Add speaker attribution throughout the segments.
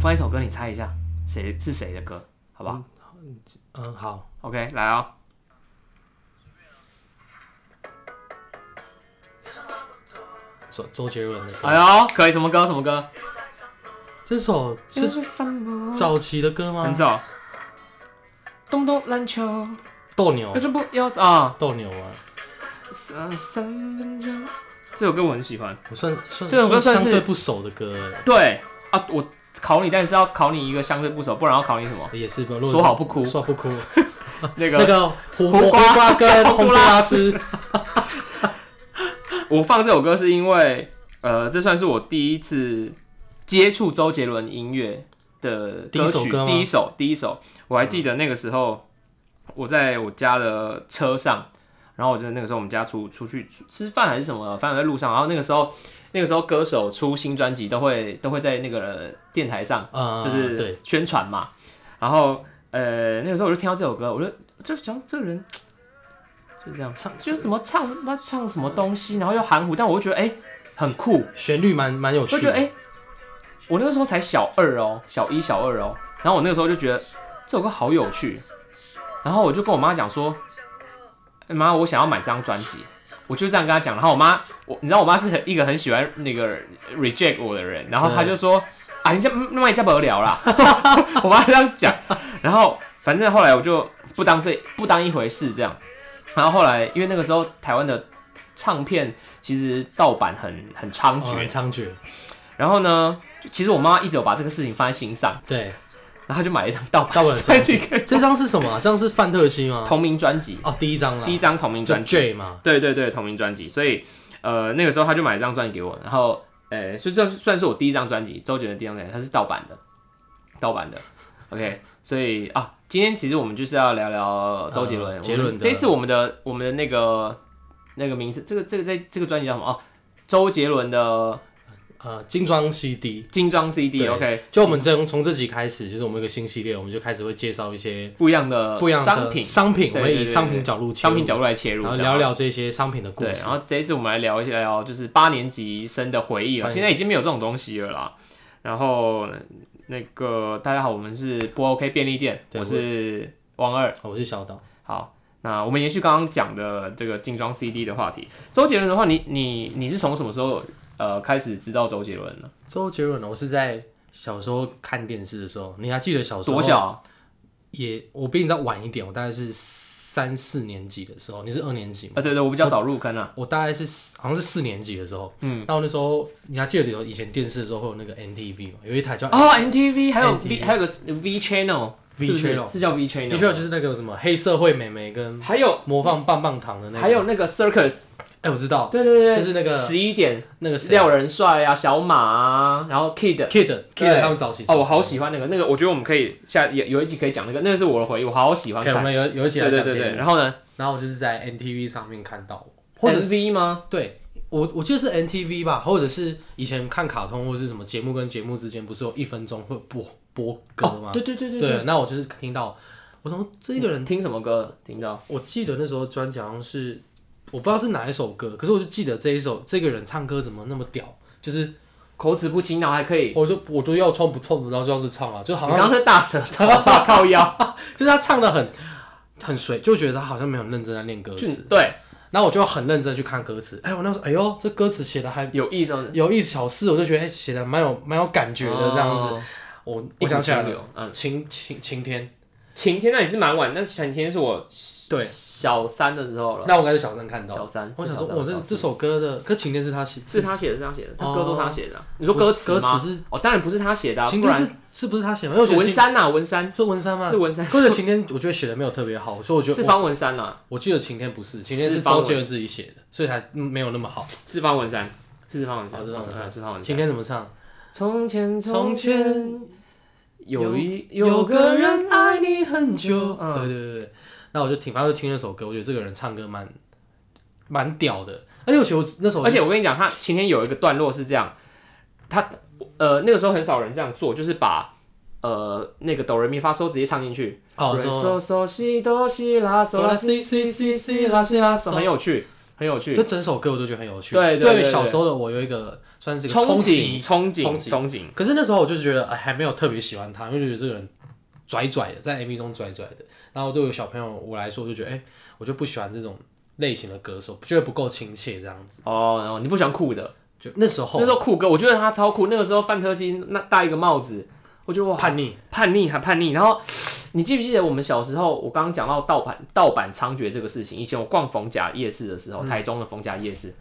Speaker 1: 放一首歌，你猜一下谁是谁的歌，好不好、
Speaker 2: 嗯，好，
Speaker 1: o k 来哦。
Speaker 2: 周周杰伦的歌，
Speaker 1: 哎呦，可以什么歌？什么歌？
Speaker 2: 这首是早期的歌
Speaker 1: 很
Speaker 2: 吗？
Speaker 1: 早。动动篮球，
Speaker 2: 斗牛
Speaker 1: 可，是不要啊！
Speaker 2: 斗牛啊，
Speaker 1: 三三分钟，这首歌我很喜欢。
Speaker 2: 我算算
Speaker 1: 这首歌算是
Speaker 2: 相对不熟的歌，
Speaker 1: 对啊，我考你，但是要考你一个相对不熟，不然要考你什么？
Speaker 2: 哎也是不
Speaker 1: 说好不哭
Speaker 2: 说好不哭，
Speaker 1: 那
Speaker 2: 那
Speaker 1: 个，
Speaker 2: 个胡
Speaker 1: 胡
Speaker 2: 胡
Speaker 1: 瓜
Speaker 2: 瓜 跟
Speaker 1: 胡
Speaker 2: 洪
Speaker 1: 布
Speaker 2: 都
Speaker 1: 拉
Speaker 2: 拉斯，
Speaker 1: 我放这首歌是因为，呃，这算是我第一次接触周杰伦音乐的
Speaker 2: 第一
Speaker 1: 歌
Speaker 2: 首
Speaker 1: 曲，
Speaker 2: 歌吗
Speaker 1: 第一首，第一首。我还记得那个时候，我在我家的车上，然后我就那个时候我们家出出去吃饭还是什么，反正我在路上，然后那个时候。那个时候，歌手出新专辑都会都会在那个电台上
Speaker 2: 啊，
Speaker 1: 就是
Speaker 2: 对，
Speaker 1: 宣传嘛。然后呃，那个时候我就听到这首歌，我就就想这个人就这样唱，就是什么唱他唱什么东西，然后又含糊，但我就觉得哎、很酷，
Speaker 2: 旋律蛮蛮有
Speaker 1: 我就
Speaker 2: 趣
Speaker 1: 觉得
Speaker 2: 的，
Speaker 1: 哎、我那个时候才小二哦，小一小二哦，然后我那个时候就觉得这首歌好有趣，然后我就跟我妈讲说，哎妈、我想要买这张专辑。我就这样跟她讲，然后我妈，我你知道我妈是很一个很喜欢那个 reject 我的人，然后她就 说啊，你家那你家不聊啦， 我妈这样讲，然后反正后来我就不当这不当一回事这样，然后后来因为那个时候台湾的唱片其实盗版很很猖
Speaker 2: 哦
Speaker 1: 獗，
Speaker 2: 很猖獗，
Speaker 1: 然后呢，就其实我妈一直有把这个事情放在心上，
Speaker 2: 对，
Speaker 1: 然后她就买了一张 盗版
Speaker 2: 盗版的
Speaker 1: 专
Speaker 2: 专
Speaker 1: 辑
Speaker 2: 辑，
Speaker 1: 跟
Speaker 2: 这张是什么啊？这张是范特西吗？
Speaker 1: 同名专辑，
Speaker 2: 哦，第一张啦，
Speaker 1: 第一张同名
Speaker 2: 就
Speaker 1: 专辑，
Speaker 2: J 嘛，
Speaker 1: 对对对，同名专辑。所以呃，那个时候她就买了一张专辑给我，然后呃，所以这算是我第一张专辑，周杰伦的第一张专辑，它是盗版的，盗版的。OK，所以啊，今天其实我们就是要聊聊周杰伦。
Speaker 2: 呃
Speaker 1: 我
Speaker 2: 杰
Speaker 1: 们
Speaker 2: 伦的
Speaker 1: 这次我们的我们的那个那个名字，这个这个在这个专辑叫什么？哦，周杰伦的
Speaker 2: 呃，精装 CD。
Speaker 1: 精装 CD。
Speaker 2: 对
Speaker 1: OK，
Speaker 2: 就我们这从这集开始，就是我们有一个新系列，我们就开始会介绍一些
Speaker 1: 不一样的
Speaker 2: 不一样的
Speaker 1: 呃商品。
Speaker 2: 商品，我
Speaker 1: 对
Speaker 2: 们
Speaker 1: 对
Speaker 2: 以
Speaker 1: 对
Speaker 2: 商
Speaker 1: 对
Speaker 2: 品角度切入，
Speaker 1: 商品角度来切入，
Speaker 2: 然后
Speaker 1: 这样
Speaker 2: 聊聊这些商品的故
Speaker 1: 对，
Speaker 2: 事
Speaker 1: 然。后这一次我们来聊一聊，就是八年级生的回忆了。
Speaker 2: 八年级
Speaker 1: 现在已经没有这种东西了啦。然后那个大家好，我们是不 OK 便利店，
Speaker 2: 对
Speaker 1: 我是王二。
Speaker 2: 我是小岛，
Speaker 1: 好，那我们延续刚刚讲的这个精装 CD 的话题。周杰伦的话，你你你是从什么时候呃开始知道周杰伦呢？
Speaker 2: 周杰哦伦，我是在小时候看电视的时候，你还记得小时候
Speaker 1: 多小啊？
Speaker 2: 也我比你再晚一点，我大概是三四年级的时候，你是二年级嘛？
Speaker 1: 啊对对，我比较早入坑啊。
Speaker 2: 我大概是好像是四年级的时候，嗯，然后那时候你还记得有以前电视的时候会有那个 NTV 嘛，有一台叫
Speaker 1: 哦，MTV 还有 V
Speaker 2: MTV
Speaker 1: 还有个 V Channel，
Speaker 2: V
Speaker 1: 是不是
Speaker 2: Channel
Speaker 1: 是叫 V Channel，
Speaker 2: 的确就是那个什么黑社会美眉跟
Speaker 1: 还有
Speaker 2: 魔方棒棒糖的那个，
Speaker 1: 还有那个 Circus，
Speaker 2: 哎我知道，
Speaker 1: 对对对，
Speaker 2: 就是那个
Speaker 1: 十一点
Speaker 2: 那个谁
Speaker 1: 廖人帅呃啊，小马啊，然后 Kid。
Speaker 2: Kid
Speaker 1: 对
Speaker 2: Kid 他们早期
Speaker 1: 哦，我好喜欢那个，那个我觉得我们可以下有有一集可以讲那个，那个是我的回忆，我好喜欢
Speaker 2: ，OK 我
Speaker 1: 看。
Speaker 2: 们有有一集
Speaker 1: 对
Speaker 2: 来
Speaker 1: 对
Speaker 2: 讲
Speaker 1: 对
Speaker 2: 这
Speaker 1: 对，
Speaker 2: 个，
Speaker 1: 然后呢
Speaker 2: 然后我就是在 NTV 上面看到，或者是
Speaker 1: ，MV 吗？
Speaker 2: 对我我记得是 NTV 吧，或者是以前看卡通或者是什么节目跟节目之间不是有一分钟会播播歌
Speaker 1: 哦
Speaker 2: 吗？
Speaker 1: 对对对对
Speaker 2: 对
Speaker 1: 对。
Speaker 2: 那我就是听到，我从这个人，
Speaker 1: 听什么歌？听到
Speaker 2: 我记得那时候专辑好像是我不知道是哪一首歌，可是我就记得这一首这个人唱歌怎么那么屌，就是
Speaker 1: 口齿不清，然后还可以，
Speaker 2: 我就我就要冲不冲，然后这样子唱啊，就
Speaker 1: 你
Speaker 2: 好
Speaker 1: 刚
Speaker 2: 像
Speaker 1: 刚在大舌头靠 腰，
Speaker 2: 就是他唱的很很水，就觉得他好像没有很认真在练歌
Speaker 1: 就
Speaker 2: 词，
Speaker 1: 对，
Speaker 2: 然后我就很认真地去看歌词，哎，我那时候哎呦这歌词写的还
Speaker 1: 有意思哦，
Speaker 2: 有一小事，我就觉得哎写的蛮有蛮有感觉的这样子。
Speaker 1: 哦
Speaker 2: 我我想起来了，，
Speaker 1: 嗯，
Speaker 2: 晴晴晴天。
Speaker 1: 晴天那也是蛮晚，那晴天是我
Speaker 2: 对
Speaker 1: 小三的时候了，
Speaker 2: 那我应该是小三看到
Speaker 1: 小，三，
Speaker 2: 我想说，
Speaker 1: 哦是小三
Speaker 2: 我这
Speaker 1: 小四
Speaker 2: 这首歌的，可晴天是他写，
Speaker 1: 是他写的，是他写的，他
Speaker 2: 哦
Speaker 1: 歌都他写的啊。你说歌词
Speaker 2: 歌
Speaker 1: 吗？
Speaker 2: 词是
Speaker 1: 哦，当然不是他写的、啊，
Speaker 2: 晴
Speaker 1: 不
Speaker 2: 天
Speaker 1: 然
Speaker 2: 是是不是他写的？因为我觉得
Speaker 1: 文山呐、啊文山
Speaker 2: 晴是文山吗
Speaker 1: 是？文山，
Speaker 2: 或者晴天，我觉得写的没有特别好，所以我觉
Speaker 1: 是
Speaker 2: 得我
Speaker 1: 方文山呐、
Speaker 2: 我记得晴天不是，晴天
Speaker 1: 是
Speaker 2: 是
Speaker 1: 方
Speaker 2: 周
Speaker 1: 文
Speaker 2: 杰伦自己写的，所以才嗯没有那么好。
Speaker 1: 是方文山，是方文山，
Speaker 2: 哦是方文山
Speaker 1: 嗯是方文
Speaker 2: 晴
Speaker 1: 山。
Speaker 2: 天怎么唱？
Speaker 1: 从前
Speaker 2: 从前
Speaker 1: 有一
Speaker 2: 有个人爱
Speaker 1: 你很
Speaker 2: 对对对对对，那我就听，反正就听那首歌，我觉得这个人唱歌蛮蛮屌的，而且我其实我那时候
Speaker 1: 而且我跟你讲，他晴天有一个段落是这样，他呃那个时候很少人这样做，就是把。呃，那个哆来咪发嗦直接唱进去，
Speaker 2: 哦
Speaker 1: 瑞嗦
Speaker 2: 说
Speaker 1: 嗦西哆西拉嗦
Speaker 2: 嗦
Speaker 1: 拉
Speaker 2: 啦
Speaker 1: 西西
Speaker 2: 西
Speaker 1: 西
Speaker 2: 西
Speaker 1: 西
Speaker 2: 西西
Speaker 1: 拉
Speaker 2: 啦
Speaker 1: 西
Speaker 2: 西
Speaker 1: 拉
Speaker 2: 啦
Speaker 1: 嗦，
Speaker 2: 嗦
Speaker 1: 很有趣。很有趣
Speaker 2: 这。整首歌我都觉得很有趣。
Speaker 1: 对对
Speaker 2: 对
Speaker 1: 对对
Speaker 2: 小时候的我有一个算是一个
Speaker 1: 憧憬，。
Speaker 2: 憬
Speaker 1: 憧憬，
Speaker 2: 憧憬
Speaker 1: 憧憬，
Speaker 2: 可是那时候我就是觉得，哎，还没有特别喜欢他，因为就觉得这个人拽拽的，在 MV 中拽拽的。然后对我小朋友我来说，我就觉得，哎，我就不喜欢这种类型的歌手，觉得不够亲切这样子。
Speaker 1: 哦，然后你不喜欢酷的，
Speaker 2: 就那时候
Speaker 1: 那时候酷哥，我觉得他超酷。那个时候范特西那戴一个帽子，我 觉得哇，
Speaker 2: 叛逆，
Speaker 1: 叛逆还叛逆。然后你记不记得我们小时候，我刚刚讲到盗版盗版猖獗这个事情？以前我逛逢甲夜市的时候，台中的逢甲夜市，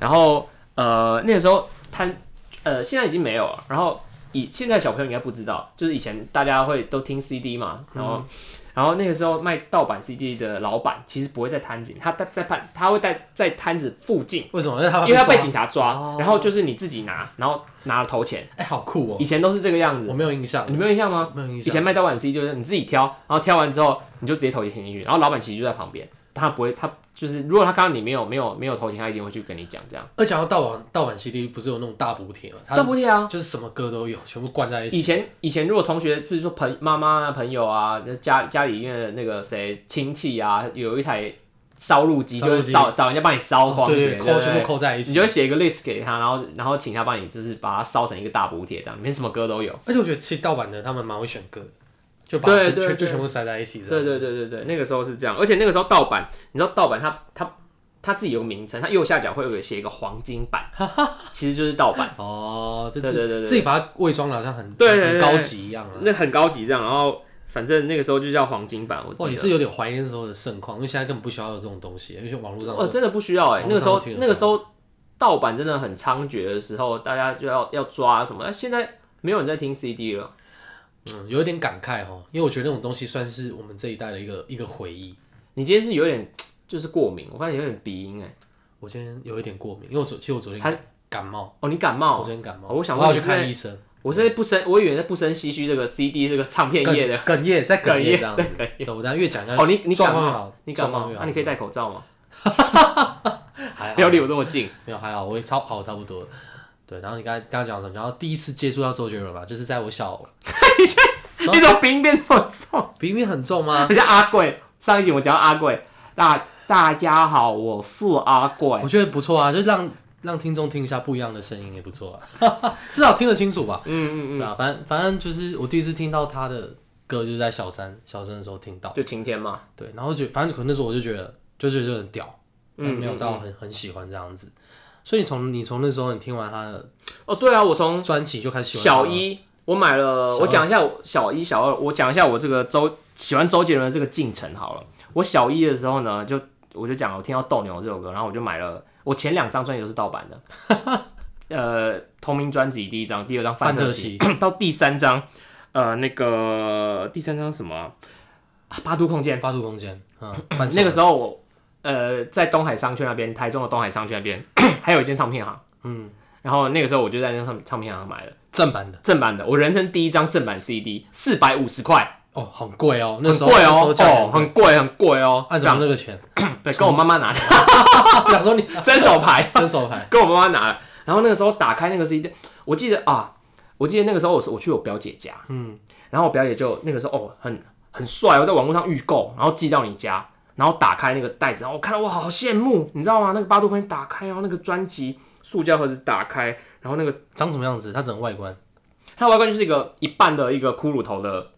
Speaker 1: 然后呃那个时候摊呃现在已经没有了。然后以现在小朋友应该不知道，就是以前大家会都听 CD 嘛，然后。然后那个时候卖盗版 CD 的老板其实不会在摊子里，他在在摊他会在在摊子附近，
Speaker 2: 为什么？因为他
Speaker 1: 因为他被
Speaker 2: 啊抓
Speaker 1: 警察抓
Speaker 2: 哦，
Speaker 1: 然后就是你自己拿，然后拿了投钱。
Speaker 2: 哎，好酷哦！
Speaker 1: 以前都是这个样子
Speaker 2: 我，没有印象，
Speaker 1: 你没有印象吗？
Speaker 2: 没有印
Speaker 1: 以
Speaker 2: 象。
Speaker 1: 前卖盗版 CD 就是你自己挑，然后挑完之后你就直接投钱进去，然后老板其实就在旁边，他不会，他就是如果他看到你没有没有没有投钱，他一定会去跟你讲这样。
Speaker 2: 而且要盗版盗版 CD 不是有那种大补贴吗？它
Speaker 1: 但不对啊，
Speaker 2: 就是什么歌都有，全部灌在一
Speaker 1: 以
Speaker 2: 起。
Speaker 1: 前以前如果同学，比如说朋妈妈啊、朋友啊、那家家里面的那个谁亲戚啊，有一台烧录机，
Speaker 2: 烧录
Speaker 1: 就
Speaker 2: 机
Speaker 1: 是找找人家帮你烧光碟，
Speaker 2: 对
Speaker 1: 对
Speaker 2: 对，扣
Speaker 1: 不
Speaker 2: 全部扣在一
Speaker 1: 你
Speaker 2: 起。
Speaker 1: 就会写一个 list 给他，然后然后请他帮你就是把它烧成一个大补帖，这样里面什么歌都有。
Speaker 2: 而且我觉得其实盗版的他们蛮会选歌的，就把
Speaker 1: 对
Speaker 2: 全
Speaker 1: 对
Speaker 2: 全就
Speaker 1: 对
Speaker 2: 全部塞在一起这
Speaker 1: 对
Speaker 2: 样。
Speaker 1: 对对对对，那个时候是这样，而且那个时候盗版，你知道盗版它它它自己有个名称，它右下角会有写一个黄金 版，其实就是盗 版，
Speaker 2: 哦，这
Speaker 1: 对
Speaker 2: 自
Speaker 1: 对对对
Speaker 2: 自己把它伪装的好像很
Speaker 1: 对对对
Speaker 2: 很
Speaker 1: 对
Speaker 2: 高级一样啊。
Speaker 1: 那很高级这样，然后反正那个时候就叫黄金版，我
Speaker 2: 哇，
Speaker 1: 记
Speaker 2: 也
Speaker 1: 得。
Speaker 2: 是有点怀念那时候的盛况，因为现在根本不需要有这种东西，因为网络上
Speaker 1: 哦，真的不需要哎、那
Speaker 2: 网络
Speaker 1: 个时候
Speaker 2: 上听得
Speaker 1: 那个时候盗版真的很猖獗的时候，大家就要要抓什么，那哎现在没有人在听 CD 了，
Speaker 2: 嗯有一点感慨哦，因为我觉得那种东西算是我们这一代的一个一个回忆。
Speaker 1: 你今天是有点就是过敏，我发现有点鼻音哎、
Speaker 2: 我今天有一点过敏，因为我昨其实我昨天
Speaker 1: 他
Speaker 2: 感感冒，
Speaker 1: 哦，你感
Speaker 2: 我
Speaker 1: 冒？
Speaker 2: 昨天感冒，
Speaker 1: 哦我想
Speaker 2: 要
Speaker 1: 问
Speaker 2: 去
Speaker 1: 你是
Speaker 2: 看
Speaker 1: 在
Speaker 2: 医生，
Speaker 1: 我是不生，我以为在不生唏嘘这个 CD 这个唱片业的。
Speaker 2: 哽哽咽，在哽
Speaker 1: 哽
Speaker 2: 咽
Speaker 1: 咽
Speaker 2: 这样子。对，我等下越讲越
Speaker 1: 哦，你你
Speaker 2: 状
Speaker 1: 感
Speaker 2: 况
Speaker 1: 冒
Speaker 2: 好，，
Speaker 1: 你感
Speaker 2: 状
Speaker 1: 冒
Speaker 2: 况越，
Speaker 1: 那、
Speaker 2: 好
Speaker 1: 你可以戴口罩吗？
Speaker 2: 还好
Speaker 1: 啊哎不要离我这么近。
Speaker 2: 没有还好，我也超好差不多了。对，然后你刚才刚刚讲什么？然后第一次接触到周杰伦嘛，就是在我小然 后
Speaker 1: 你怎么鼻音变那么重？
Speaker 2: 鼻音很 重吗？
Speaker 1: 很像阿贵。上一集我讲到阿贵，大大家好，我是阿贵
Speaker 2: 我。觉得不错啊，就让让听众听一下不一样的声音也不错啊， 至少听得清楚吧。
Speaker 1: 嗯嗯
Speaker 2: 对啊，反正反正就是我第一次听到他的歌，就是在小三小三的时候听到
Speaker 1: 嗯，。就晴天嘛。
Speaker 2: 对，然后就反正可能那时候我就觉得就觉得很屌，但
Speaker 1: 嗯
Speaker 2: 没有到很很喜欢这样子。所以你从你从那时候你听完他的
Speaker 1: 哦，对啊，我从
Speaker 2: 专辑就开始喜欢他
Speaker 1: 小
Speaker 2: 了
Speaker 1: 一，我买了，
Speaker 2: 小二
Speaker 1: 我讲一下我小一、小二，我讲一下我这个周喜欢周杰伦的这个进程好了。我小一的时候呢，就我就讲了，我听到《斗牛》这首歌，然后我就买了，我前两张专辑都是盗版的， 呃，同名专辑第一张，第二张
Speaker 2: 范
Speaker 1: 范
Speaker 2: 特
Speaker 1: 特
Speaker 2: 西
Speaker 1: 西， 到第三张，呃，那个第三张是什么啊、啊八度空间。
Speaker 2: 八度空间，嗯，
Speaker 1: 那个时候我呃在东海商圈那边，台中的东海商圈那边 还有一间唱片行，
Speaker 2: 嗯，
Speaker 1: 然后那个时候我就在那唱唱片行买了。
Speaker 2: 正版的
Speaker 1: 正版的，我人生第一张正版 CD，四百五十块，
Speaker 2: 哦，很贵哦，那
Speaker 1: 很
Speaker 2: 时候
Speaker 1: 贵
Speaker 2: 那时候
Speaker 1: 哦，
Speaker 2: 价
Speaker 1: 哦，
Speaker 2: 格
Speaker 1: 很贵，很贵哦。
Speaker 2: 按
Speaker 1: 这
Speaker 2: 什么
Speaker 1: 样，
Speaker 2: 那个钱？
Speaker 1: 对，跟我妈妈拿的，
Speaker 2: 想说你
Speaker 1: 伸手牌，
Speaker 2: 伸手牌，
Speaker 1: 跟我妈妈拿的。然后那个时候打开那个 CD，我记得啊，我记得那个时候我是我去我表姐家，
Speaker 2: 嗯，
Speaker 1: 然后我表姐就那个时候哦，很很帅哦，我在网络上预购，然后寄到你家，然后打开那个袋子，然后我看到哇，好羡慕，你知道吗？那个八度空间打开，然后那个专辑塑胶盒子打开，然后那个
Speaker 2: 长什么样子？它整个外观，
Speaker 1: 它的外观就是一个一半的一个骷髅头的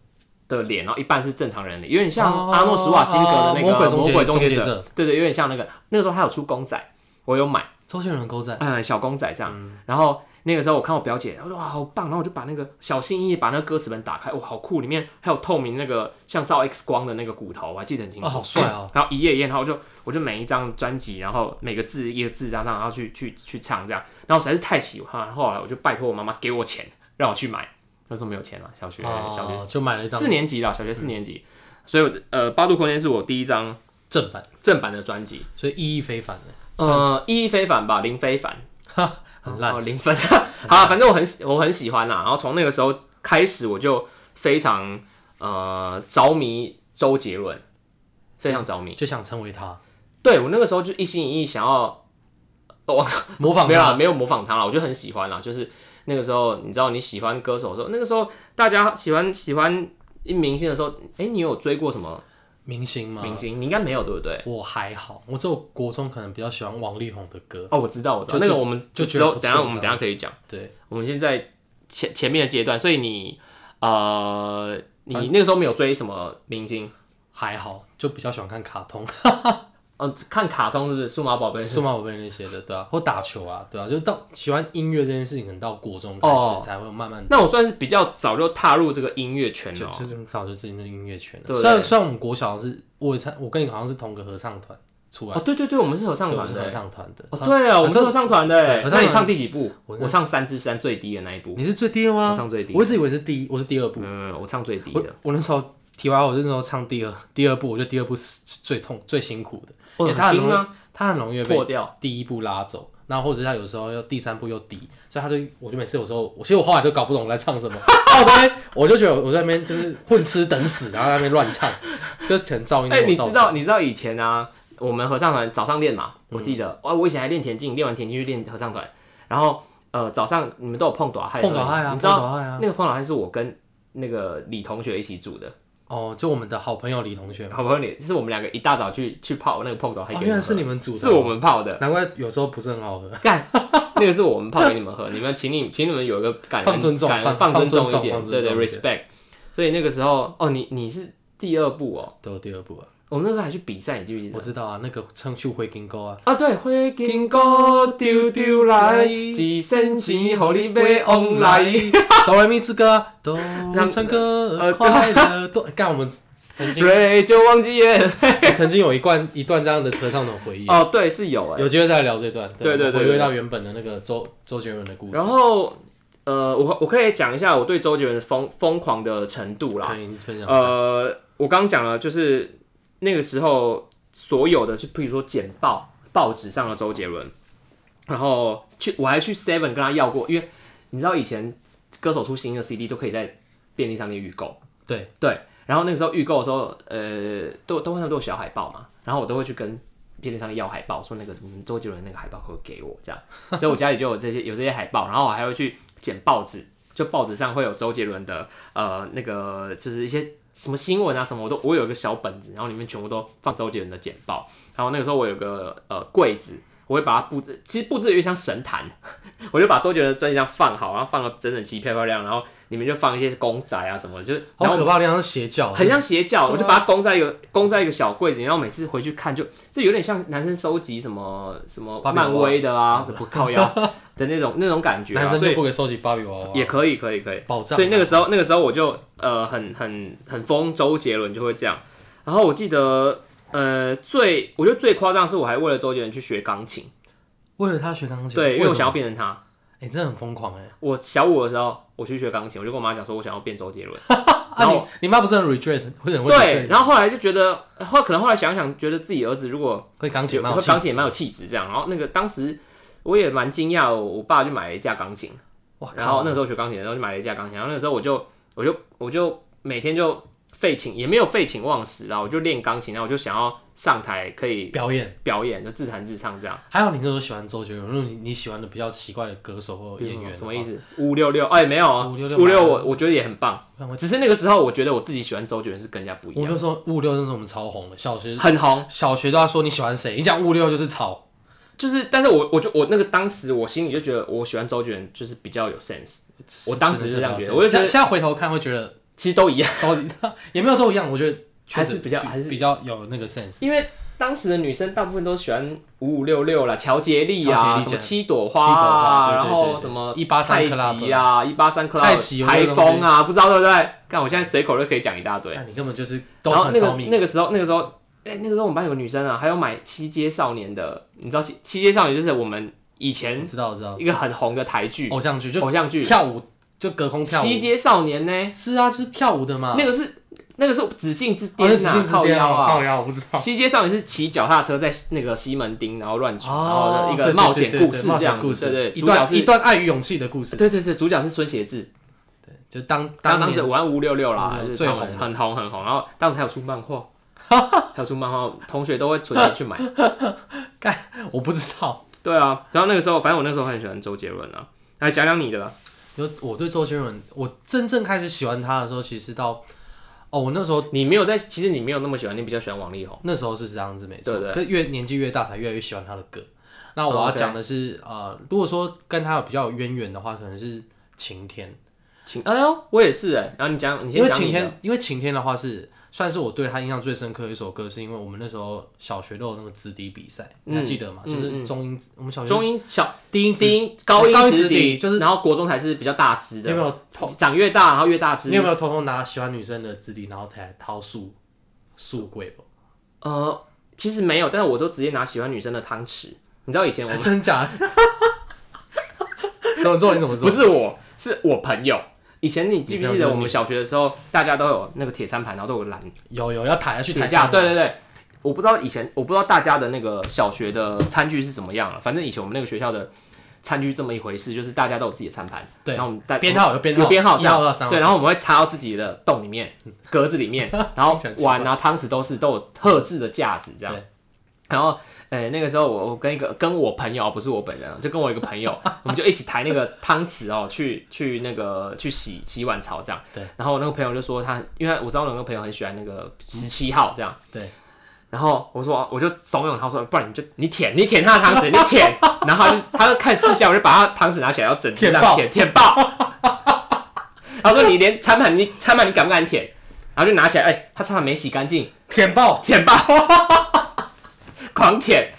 Speaker 1: 的脸，然后一半是正常人脸，有点像
Speaker 2: 哦
Speaker 1: 阿诺·施瓦辛格的那个
Speaker 2: 哦魔鬼终
Speaker 1: 魔
Speaker 2: 结
Speaker 1: 鬼终结
Speaker 2: 终结者
Speaker 1: 对对，有点像那个。那个时候他有出公仔，我有买，
Speaker 2: 周杰伦的狗仔，
Speaker 1: 嗯、小公仔这样。然后那个时候我看我表姐，我说哇好棒，然后我就把那个小心翼翼把那个歌词本打开，哇好酷，里面还有透明那个像照 X 光的那个骨头，我还记得很清楚，
Speaker 2: 哦好帅哦。
Speaker 1: 然后一页一页，然后我就我就每一张专辑，然后每个字一个字这样，然后去去去唱这样，然后实在是太喜欢，后来我就拜托我妈妈给我钱让我去买，那时候没有钱了，小学、小学
Speaker 2: 哦，就买嗯了一张
Speaker 1: 四年级了，小学四年级，所以我的呃八度空间是我第一张
Speaker 2: 正版，
Speaker 1: 正版的专辑，
Speaker 2: 所以意义非凡的，
Speaker 1: 呃意义非凡吧，零非凡。
Speaker 2: 很烂。
Speaker 1: 哦，零分。 好啦，反正我很喜我很喜欢啦。然后从那个时候开始，我就非常呃着迷周杰伦，非常着迷。
Speaker 2: 就想成为他，
Speaker 1: 对我那个时候就一心一意想要，
Speaker 2: 模仿
Speaker 1: 没有啦，
Speaker 2: 他，
Speaker 1: 没有模仿他啦，我就很喜欢啦。就是那个时候，你知道你喜欢歌手的时候，那个时候大家喜欢喜欢一明星的时候，哎、你有追过什么
Speaker 2: 明星吗？
Speaker 1: 明星，你应该没有对不对？
Speaker 2: 我还好，我只有国中可能比较喜欢王力宏的歌。
Speaker 1: 哦，我知道，我知道，
Speaker 2: 就
Speaker 1: 那个我们
Speaker 2: 就
Speaker 1: 之
Speaker 2: 觉得
Speaker 1: 后
Speaker 2: 不
Speaker 1: 等一下
Speaker 2: 错
Speaker 1: 我们
Speaker 2: 啊
Speaker 1: 等一下可以讲。
Speaker 2: 对，
Speaker 1: 我们现在前前面的阶段，所以你呃，你
Speaker 2: 反
Speaker 1: 那个时候没有追什么明星？
Speaker 2: 还好，就比较喜欢看卡通，
Speaker 1: 嗯、看卡通是不是？数码宝贝
Speaker 2: 数码宝贝那些的，对啊，或打球啊，对啊，就到喜欢音乐这件事情，可能到国中开
Speaker 1: 哦
Speaker 2: 始才会慢慢
Speaker 1: 那我算是比较早就踏入这个音乐圈
Speaker 2: 就
Speaker 1: 了、哦。
Speaker 2: 就是很早就进入音乐圈了。
Speaker 1: 对不对
Speaker 2: 虽然虽然我们国小是，我也参，我跟你好像是同个合唱团出来
Speaker 1: 哦，
Speaker 2: 的，
Speaker 1: 对对对，我们是合唱
Speaker 2: 对我
Speaker 1: 团
Speaker 2: 们是合
Speaker 1: 的。
Speaker 2: 唱团的。
Speaker 1: 哦，
Speaker 2: 他
Speaker 1: 对啊，我们是
Speaker 2: 可是
Speaker 1: 合唱团的
Speaker 2: 对。合唱
Speaker 1: 那
Speaker 2: 团
Speaker 1: 你唱第几部？
Speaker 2: 我
Speaker 1: 我唱三之三最低的那一部。
Speaker 2: 你是最低的
Speaker 1: 我
Speaker 2: 吗？
Speaker 1: 唱最低。
Speaker 2: 我一直以为是第一，我是第二部。
Speaker 1: 嗯，我唱最低
Speaker 2: 我
Speaker 1: 的。
Speaker 2: 我那时候题外话，我那时候唱第二第二部，我觉得第二部是最痛最辛苦的，
Speaker 1: 哦
Speaker 2: 因为他很
Speaker 1: 很低
Speaker 2: 容易
Speaker 1: 吗
Speaker 2: 他很容易
Speaker 1: 破
Speaker 2: 被
Speaker 1: 掉。
Speaker 2: 第一部拉走，然后或者他有时候又第三部又低，所以他就我就每次有时候，我其实我后来就搞不懂我在唱什么， 然后我在那边我就觉得我在那边就是混吃等死，然后在那边乱唱，就是全噪音。
Speaker 1: 哎、你知道你知道以前啊，我们合唱团早上练嘛，我
Speaker 2: 嗯
Speaker 1: 记得，哦，我以前还练田径，练完田径去练合唱团，然后呃早上你们都有碰短害，
Speaker 2: 碰倒害啊，
Speaker 1: 你
Speaker 2: 碰
Speaker 1: 知道
Speaker 2: 倒害啊。
Speaker 1: 那个碰短害是我跟那个李同学一起组的，
Speaker 2: 哦，就我们的好朋友李同学嘛，
Speaker 1: 好不容易就是我们两个一大早去去泡那个碰短害给
Speaker 2: 哦，
Speaker 1: 你们喝，
Speaker 2: 原来是你们组的，
Speaker 1: 是我，们泡 的，
Speaker 2: 难怪有时候不是很好喝。
Speaker 1: 干，那个是我们泡给你们喝，你们请你请你们有一个感恩
Speaker 2: 放尊重
Speaker 1: 感恩
Speaker 2: 放
Speaker 1: 放尊
Speaker 2: 放尊重
Speaker 1: 一点，
Speaker 2: 放尊
Speaker 1: 对对
Speaker 2: 重一点
Speaker 1: ，respect。所以那个时候，哦，你你是第二部哦，
Speaker 2: 都有第二部啊，
Speaker 1: 我们那时候还去比赛，你记不记得
Speaker 2: 我？知道啊，那个唱去灰金沟啊，
Speaker 1: 啊，对，火金菇丢丢来，一仙钱互你买往来。，
Speaker 2: 哆来咪之歌， 哆
Speaker 1: 这样
Speaker 2: 唱
Speaker 1: 呃
Speaker 2: 歌快乐哆。干，我们 曾经
Speaker 1: 对，就忘记耶。
Speaker 2: 我曾经有一段一段这样的合唱团回忆，
Speaker 1: 哦，对，是有哎。
Speaker 2: 有机会再聊这段，
Speaker 1: 对对对
Speaker 2: 我们回
Speaker 1: 对
Speaker 2: 归到原本的那个周周杰伦的故事。
Speaker 1: 然后，呃，我我可以讲一下我对周杰伦的疯疯狂的程度啦
Speaker 2: 可。以分享一下，
Speaker 1: 呃，我刚讲了，就是那个时候所有的，就譬如说简报、报纸上的周杰伦，然后去我还去 Seven 跟他要过，因为你知道以前歌手出新的 CD 就可以在便利商店预购。
Speaker 2: 对，
Speaker 1: 对，然后那个时候预购的时候，呃，都都会上都有小海报嘛，然后我都会去跟便利商店要海报，说那个你们周杰伦那个海报可不可以给我这 样，所以我家里就有这些有这些海报，然后我还会去捡报纸，就报纸上会有周杰伦的呃那个就是一些什么新闻啊什么，我都我有一个小本子，然后里面全部都放周杰伦的简报，然后那个时候我有个呃柜子。我会把它布置，其实布置的有点像神坛， 我就把周杰伦的专辑这样放好，然后放的整整齐、漂漂亮，亮，然后里面就放一些公仔啊什么的，就是
Speaker 2: 好
Speaker 1: 然后
Speaker 2: 可怕，那像是邪教，
Speaker 1: 很像邪教，
Speaker 2: 对啊
Speaker 1: 我就把它供在一个供在一个小柜子里，然后每次回去看就，这有点像男生收集什么什么
Speaker 2: 芭比娃娃
Speaker 1: 漫威的啊，不靠 腰的那种那种感觉、啊，
Speaker 2: 男生
Speaker 1: 所
Speaker 2: 就
Speaker 1: 以
Speaker 2: 不可以收集芭比娃娃，
Speaker 1: 也可以可以可以。
Speaker 2: 保障啊。
Speaker 1: 所以那个时候那个时候我就呃很很很疯周杰伦就会这样，然后我记得呃最我觉得最夸张的是我还为了周杰伦去学钢琴，
Speaker 2: 为了他学钢琴，
Speaker 1: 对，因为我想要
Speaker 2: 什么，
Speaker 1: 变成他。
Speaker 2: 哎，真的很疯狂哎。
Speaker 1: 我小五的时候我去学钢琴，我就跟我妈讲说我想要变周杰伦，然
Speaker 2: 啊，
Speaker 1: 后
Speaker 2: 你你妈不是很 regret，会很会 regret
Speaker 1: 对，
Speaker 2: 你
Speaker 1: 然后后来就觉得后可能后来想想觉得自己儿子如果
Speaker 2: 会钢琴
Speaker 1: 有
Speaker 2: 蛮有
Speaker 1: 会
Speaker 2: 气质
Speaker 1: 钢琴也蛮有气质这样。然后那个当时我也蛮惊讶，我我爸就买了一架钢琴，
Speaker 2: 哇
Speaker 1: 然后
Speaker 2: 靠，
Speaker 1: 那个时候学钢琴的时候就买了一架钢琴，然后那个时候我就我就我就每天就废寝，也没有废寝忘食啊，我就练钢琴，然后我就想要上台可以
Speaker 2: 表演。
Speaker 1: 表演，就自弹自唱这样。
Speaker 2: 还有你那时候喜欢周杰伦，如果你你喜欢的比较奇怪的歌手或哦演员，
Speaker 1: 什么意？思？五六六哎，没有啊，
Speaker 2: 566
Speaker 1: 五六我我觉得也很棒
Speaker 2: 让我，
Speaker 1: 只是那个时候我觉得我自己喜欢周杰伦是更加不一
Speaker 2: 五
Speaker 1: 样，
Speaker 2: 六时候五六那时候我们超红的，小学
Speaker 1: 很红。
Speaker 2: 小学都要说你喜欢谁，你讲五六就是吵。
Speaker 1: 就是，但是我我就我那个当时我心里就觉得我喜欢周杰伦就是比较有 sense，我当时是这样觉得我就觉
Speaker 2: 现
Speaker 1: 得
Speaker 2: 在现在回头看会觉得
Speaker 1: 其实都一样。
Speaker 2: 都也没有都一样，我觉得确实
Speaker 1: 还是比较还是
Speaker 2: 比较有那个 sense。
Speaker 1: 因为当时的女生大部分都喜欢五五六六啦，乔杰利
Speaker 2: 乔
Speaker 1: 啊，
Speaker 2: 杰利
Speaker 1: 什么
Speaker 2: 讲
Speaker 1: 七朵
Speaker 2: 七朵
Speaker 1: 啊，
Speaker 2: 花
Speaker 1: 然
Speaker 2: 对对
Speaker 1: 后
Speaker 2: 对
Speaker 1: 什么
Speaker 2: 183
Speaker 1: 太
Speaker 2: club
Speaker 1: 极啊，一八三 club，
Speaker 2: 太极有这
Speaker 1: 台
Speaker 2: 个东西
Speaker 1: 风啊，不知道对不对？看我现在随口就可以讲一大堆。
Speaker 2: 那你根本就是都
Speaker 1: 然后
Speaker 2: 很
Speaker 1: 那
Speaker 2: 着
Speaker 1: 个
Speaker 2: 迷。
Speaker 1: 那个时候那个时候，哎、那个时候我们班有个女生啊，还有买七街少年的，你知道七七街少年就是我们以前
Speaker 2: 知道知道
Speaker 1: 一个很红的台剧
Speaker 2: 偶像剧就
Speaker 1: 偶像剧，
Speaker 2: 跳舞就隔空跳舞，
Speaker 1: 七街少年呢，
Speaker 2: 是啊，就是跳舞的嘛。
Speaker 1: 那个是那个是紫禁之
Speaker 2: 哦
Speaker 1: 巅
Speaker 2: 那紫禁
Speaker 1: 啊，
Speaker 2: 之
Speaker 1: 靠
Speaker 2: 巅
Speaker 1: 腰啊，
Speaker 2: 靠腰我不知道。
Speaker 1: 西街少年是骑脚踏车在那个西门町，然后乱闯，然
Speaker 2: 哦
Speaker 1: 后的一个
Speaker 2: 对对
Speaker 1: 冒险
Speaker 2: 对对
Speaker 1: 故事
Speaker 2: 冒
Speaker 1: 这
Speaker 2: 险
Speaker 1: 样
Speaker 2: 故
Speaker 1: 子。
Speaker 2: 事
Speaker 1: 对对，
Speaker 2: 一
Speaker 1: 主角
Speaker 2: 段一
Speaker 1: 是，
Speaker 2: 段爱与勇气的故事。
Speaker 1: 对对对，主角是孙协志，
Speaker 2: 就当
Speaker 1: 当啊当
Speaker 2: 年
Speaker 1: 时玩五六六啦，
Speaker 2: 566
Speaker 1: 就是
Speaker 2: 最
Speaker 1: 当
Speaker 2: 红的
Speaker 1: 很红很红，然后当时还有出漫画，还有出漫画，同学都会存钱去 买。
Speaker 2: 我不知道，
Speaker 1: 对啊，然后那个时候，反正我那时候很喜欢周杰伦啊。来讲讲你的啦，
Speaker 2: 有我对周杰伦，我真正开始喜欢他的时候，其实到哦，我那时候
Speaker 1: 你没有在，其实你没有那么喜欢，你比较喜欢王力宏。
Speaker 2: 那时候是这样子没错，
Speaker 1: 对对
Speaker 2: 可是越年纪越大才越来越喜欢他的歌。那我
Speaker 1: 哦
Speaker 2: 要
Speaker 1: ，OK
Speaker 2: 讲的是，呃，如果说跟他有比较有渊源的话，可能是晴天，
Speaker 1: 晴，哎呦，我也是哎、然后你讲，你
Speaker 2: 因
Speaker 1: 先
Speaker 2: 为
Speaker 1: 讲
Speaker 2: 晴
Speaker 1: 你的。
Speaker 2: 天，因为晴天的话是算是我对他印象最深刻的一首歌，是因为我们那时候小学都有那个子笛比赛，你还
Speaker 1: 嗯
Speaker 2: 记得吗？
Speaker 1: 嗯
Speaker 2: 就是
Speaker 1: 嗯
Speaker 2: 中音，我们小学
Speaker 1: 中音小
Speaker 2: 低音
Speaker 1: 低
Speaker 2: 音，
Speaker 1: 音高音
Speaker 2: 高音
Speaker 1: 直
Speaker 2: 直笛就是
Speaker 1: 然后国中才是比较大只
Speaker 2: 你
Speaker 1: 的，
Speaker 2: 有没有偷？
Speaker 1: 长越大然后越大只。
Speaker 2: 你有没有偷偷拿喜欢女生的子笛，然后才掏树树柜吧？
Speaker 1: 呃，其实没有，但是我都直接拿喜欢女生的汤匙。你知道以前我 们
Speaker 2: 真假？怎么做？你怎么做？
Speaker 1: 不是我，是我朋友。以前你记不记
Speaker 2: 你朋友就
Speaker 1: 得
Speaker 2: 是
Speaker 1: 我们小学的时候，大家都有那个铁餐盘，然后都有篮
Speaker 2: 有有要抬下去
Speaker 1: 铁
Speaker 2: 台
Speaker 1: 架。
Speaker 2: 上，
Speaker 1: 对，对对，我不知道以前我不知道大家的那个小学的餐具是怎么样啊了，反正以前我们那个学校的餐具这么一回事，就是大家都有自己的餐盘，
Speaker 2: 对
Speaker 1: 然后我们带
Speaker 2: 编号有编号
Speaker 1: 有编号
Speaker 2: 一
Speaker 1: 这样
Speaker 2: 号到三号
Speaker 1: 对，然后我们会插到自己的洞里 面、格子里面，然后
Speaker 2: 听起来很奇怪
Speaker 1: 碗啊、汤匙都是都有特制的架子这样
Speaker 2: 对。
Speaker 1: 然后，呃，那个时候我我跟一个跟我朋友，不是我本人，啊就跟我一个朋友，我们就一起抬那个汤匙哦，去去那个去洗洗碗槽这样。
Speaker 2: 对。
Speaker 1: 然后我那个朋友就说他，因为我知道我那个朋友很喜欢那个十七号这样。
Speaker 2: 对。
Speaker 1: 然后我说，我就怂恿他说，不然你就你舔，你舔他的汤匙，你 舔。然后他就他就看四下，我就把他汤匙拿起来，要整只
Speaker 2: 舔
Speaker 1: 这样
Speaker 2: 爆
Speaker 1: 舔舔爆。他说你连餐盘你餐盘你敢不敢舔？然后就拿起来，哎、他餐盘没洗干净，
Speaker 2: 舔爆
Speaker 1: 舔爆，狂舔。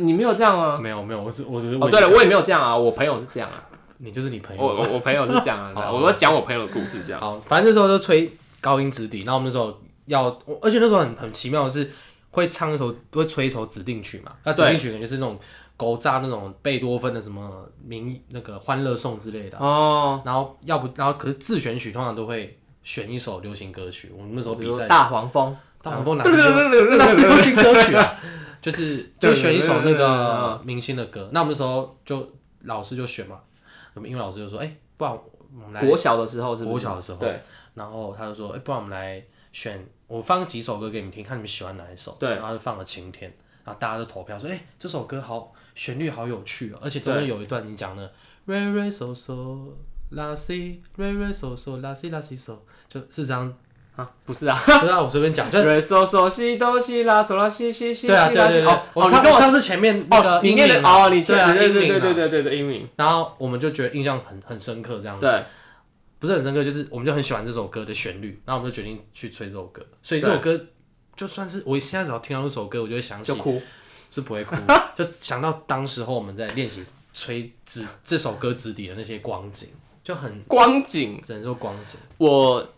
Speaker 1: 你没有这样吗？
Speaker 2: 没有没有，我是我只是
Speaker 1: 哦，
Speaker 2: 问
Speaker 1: 对了，
Speaker 2: 你
Speaker 1: 我也没有这样啊，我朋友是这样啊，
Speaker 2: 你就是你朋
Speaker 1: 我
Speaker 2: 友。
Speaker 1: 我我朋友是这样啊，
Speaker 2: 好
Speaker 1: 我我讲我朋友的故事这样。
Speaker 2: 好，反正那时候就吹高音指笛，然后我们那时候要，我而且那时候很很奇妙的是会唱一首会吹一首指定曲嘛，那指
Speaker 1: 对
Speaker 2: 定曲可能就是那种狗炸那种贝多芬的什么民那个欢乐颂之类的啊，
Speaker 1: 哦，
Speaker 2: 然后要不然后可是自选曲通常都会选一首流行歌曲，我们那时候
Speaker 1: 比
Speaker 2: 比
Speaker 1: 如
Speaker 2: 赛
Speaker 1: 大黄蜂，
Speaker 2: 大黄蜂哪是流 哪是流行歌曲啊？ 就是就选一首那个明星的歌。那我们那时候就老师就选嘛，我们英文老师就说：“哎、不然我们来
Speaker 1: 国小的时候是不是
Speaker 2: 国小的时候。
Speaker 1: 对”
Speaker 2: 然后他就说：“哎、不然我们来选，我放几首歌给你们听，看你们喜欢哪一首。”
Speaker 1: 对
Speaker 2: 然后就放了《晴天》，然后大家就投票说：“哎、这首歌好，旋律好有趣、哦，而且中间有一段你讲的 r e re so so la si re re so so la si la si so”，就是这 样，
Speaker 1: 啊，不是啊，
Speaker 2: 不知道我随便讲，就
Speaker 1: 瑞索索西哆西拉索拉西西西
Speaker 2: 对啊，
Speaker 1: 西
Speaker 2: 对
Speaker 1: 拉
Speaker 2: 对
Speaker 1: 西
Speaker 2: 对
Speaker 1: 哦，，
Speaker 2: 我
Speaker 1: 哦，
Speaker 2: 唱
Speaker 1: 你跟我
Speaker 2: 上次前面那个
Speaker 1: 哦，你
Speaker 2: 英
Speaker 1: 念的
Speaker 2: 明啊
Speaker 1: 哦，你
Speaker 2: 对啊，
Speaker 1: 对
Speaker 2: 英
Speaker 1: 对
Speaker 2: 明
Speaker 1: 对
Speaker 2: 啊
Speaker 1: 对对对对，英明，
Speaker 2: 然后我们就觉得印象很很深刻，这样子，
Speaker 1: 对，
Speaker 2: 不是很深刻，就是我们就很喜欢这首歌的旋律，然后我们就决定去吹这首歌，所以这
Speaker 1: 对
Speaker 2: 首歌就算是我现在只要听到这首歌，我就会想起
Speaker 1: 就，哭，
Speaker 2: 是不 会哭，就想到当时候我们在练习吹指这首歌指底的那些光景，就很
Speaker 1: 光景。
Speaker 2: 只能说光景。
Speaker 1: 我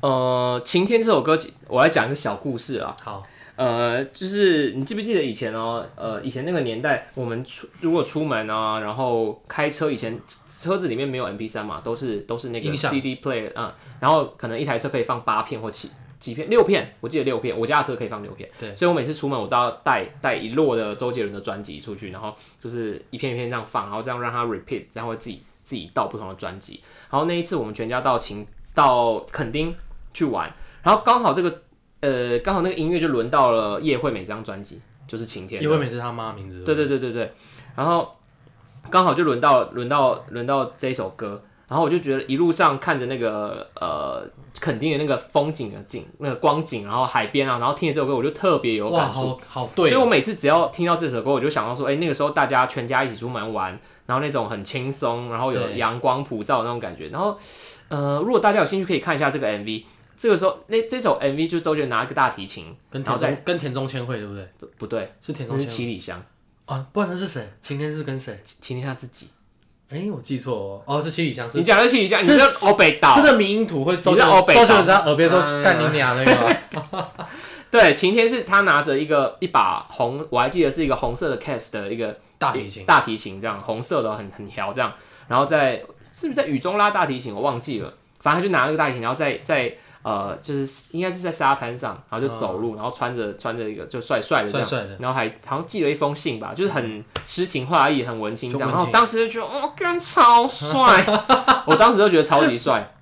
Speaker 1: 呃，《晴天》这首歌，我来讲一个小故事啊。
Speaker 2: 好，
Speaker 1: 呃，就是你记不记得以前哦，呃，以前那个年代，我们出如果出门啊，然后开车，以前车子里面没有 MP 3嘛，都是都是那个
Speaker 2: 音响
Speaker 1: CD player 啊、然后可能一台车可以放八片或七几片，六片，我记得六片，我家的车可以放六片，
Speaker 2: 对
Speaker 1: 所以我每次出门我都要带带一摞的周杰伦的专辑出去，然后就是一片一片这样放，然后这样让它 repeat，然后自己自己到不同的专辑。然后那一次我们全家到秦到垦丁去玩，然后刚好这个呃刚好那个音乐就轮到了叶惠美这张专辑，就是晴天的。
Speaker 2: 叶惠美是他妈的名字，
Speaker 1: 对对对对对，然后刚好就轮到轮到轮到这首歌，然后我就觉得一路上看着那个呃垦丁的那个风景的景那个光景，然后海边啊，然后听着这首歌，我就特别有
Speaker 2: 哇，
Speaker 1: 感触。
Speaker 2: 好好对
Speaker 1: 所以我每次只要听到这首歌，我就想到说，哎、那个时候大家全家一起出门玩，然后那种很轻松，然后有
Speaker 2: 对
Speaker 1: 阳光普照的那种感觉。然后，呃，如果大家有兴趣，可以看一下这个 MV。这个时候，那这首 MV 就周杰伦拿一个大提琴，
Speaker 2: 跟
Speaker 1: 然
Speaker 2: 田
Speaker 1: 后再
Speaker 2: 中跟田中千惠对不对？
Speaker 1: 不不对，
Speaker 2: 是田
Speaker 1: 那
Speaker 2: 中
Speaker 1: 是
Speaker 2: 千惠
Speaker 1: 七里香，
Speaker 2: 啊，不然那是谁？晴天是跟谁？
Speaker 1: 请请听他自己。
Speaker 2: 哎、我记错哦，哦，是七里香，是
Speaker 1: 你讲的七里香，你
Speaker 2: 是
Speaker 1: 是欧北岛
Speaker 2: 是，那迷音图会周
Speaker 1: 你
Speaker 2: 杰
Speaker 1: 是
Speaker 2: 伦
Speaker 1: 欧北
Speaker 2: 周杰
Speaker 1: 岛
Speaker 2: 伦在他耳边说
Speaker 1: 嗯
Speaker 2: 干你娘那个 吗，
Speaker 1: 对，晴天是他拿着一个一把红，我还记得是一个红色的 cast 的一个
Speaker 2: 大提琴，
Speaker 1: 大提琴这样红色的很很调这样，然后在是不是在雨中拉大提琴我忘记了，反正他就拿那个大提琴，然后在在呃就是应该是在沙滩上，然后就走路，然后穿着穿着一个就帅帅的这
Speaker 2: 嗯帅
Speaker 1: 样，
Speaker 2: 帅的，
Speaker 1: 然后还好像寄了一封信吧，就是很诗情画意，很文青这样。
Speaker 2: 就文青
Speaker 1: 然后当时就觉得，哦，干超帅， 我当时就觉得超级帅，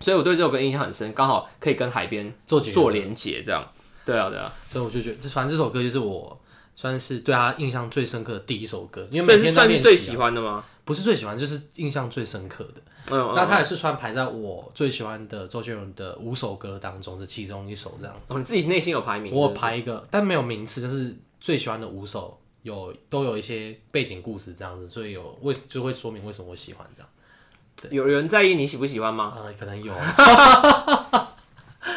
Speaker 1: 所以我对这首歌印象很深，刚好可以跟海边
Speaker 2: 做结
Speaker 1: 做
Speaker 2: 做，
Speaker 1: 连结这样。对啊，对啊，
Speaker 2: 所以我就觉得，这反正这首歌就是我算是对他印象最深刻的第一首歌，因为
Speaker 1: 所
Speaker 2: 每
Speaker 1: 以是
Speaker 2: 天在
Speaker 1: 算
Speaker 2: 练
Speaker 1: 是
Speaker 2: 习、啊、
Speaker 1: 最喜欢的吗？
Speaker 2: 不是最喜欢，就是印象最深刻的。
Speaker 1: 嗯，
Speaker 2: 那
Speaker 1: 那
Speaker 2: 他也是算排在我最喜欢的周杰伦的五首歌当中的其中一首这样子。
Speaker 1: 哦，你自己内心有排名？
Speaker 2: 我有排一个，但没有名次，但是最喜欢的五首有都有一些背景故事这样子，所以有为就会说明为什么我喜欢这样。
Speaker 1: 有人在意你喜不喜欢吗？
Speaker 2: 呃，可能有。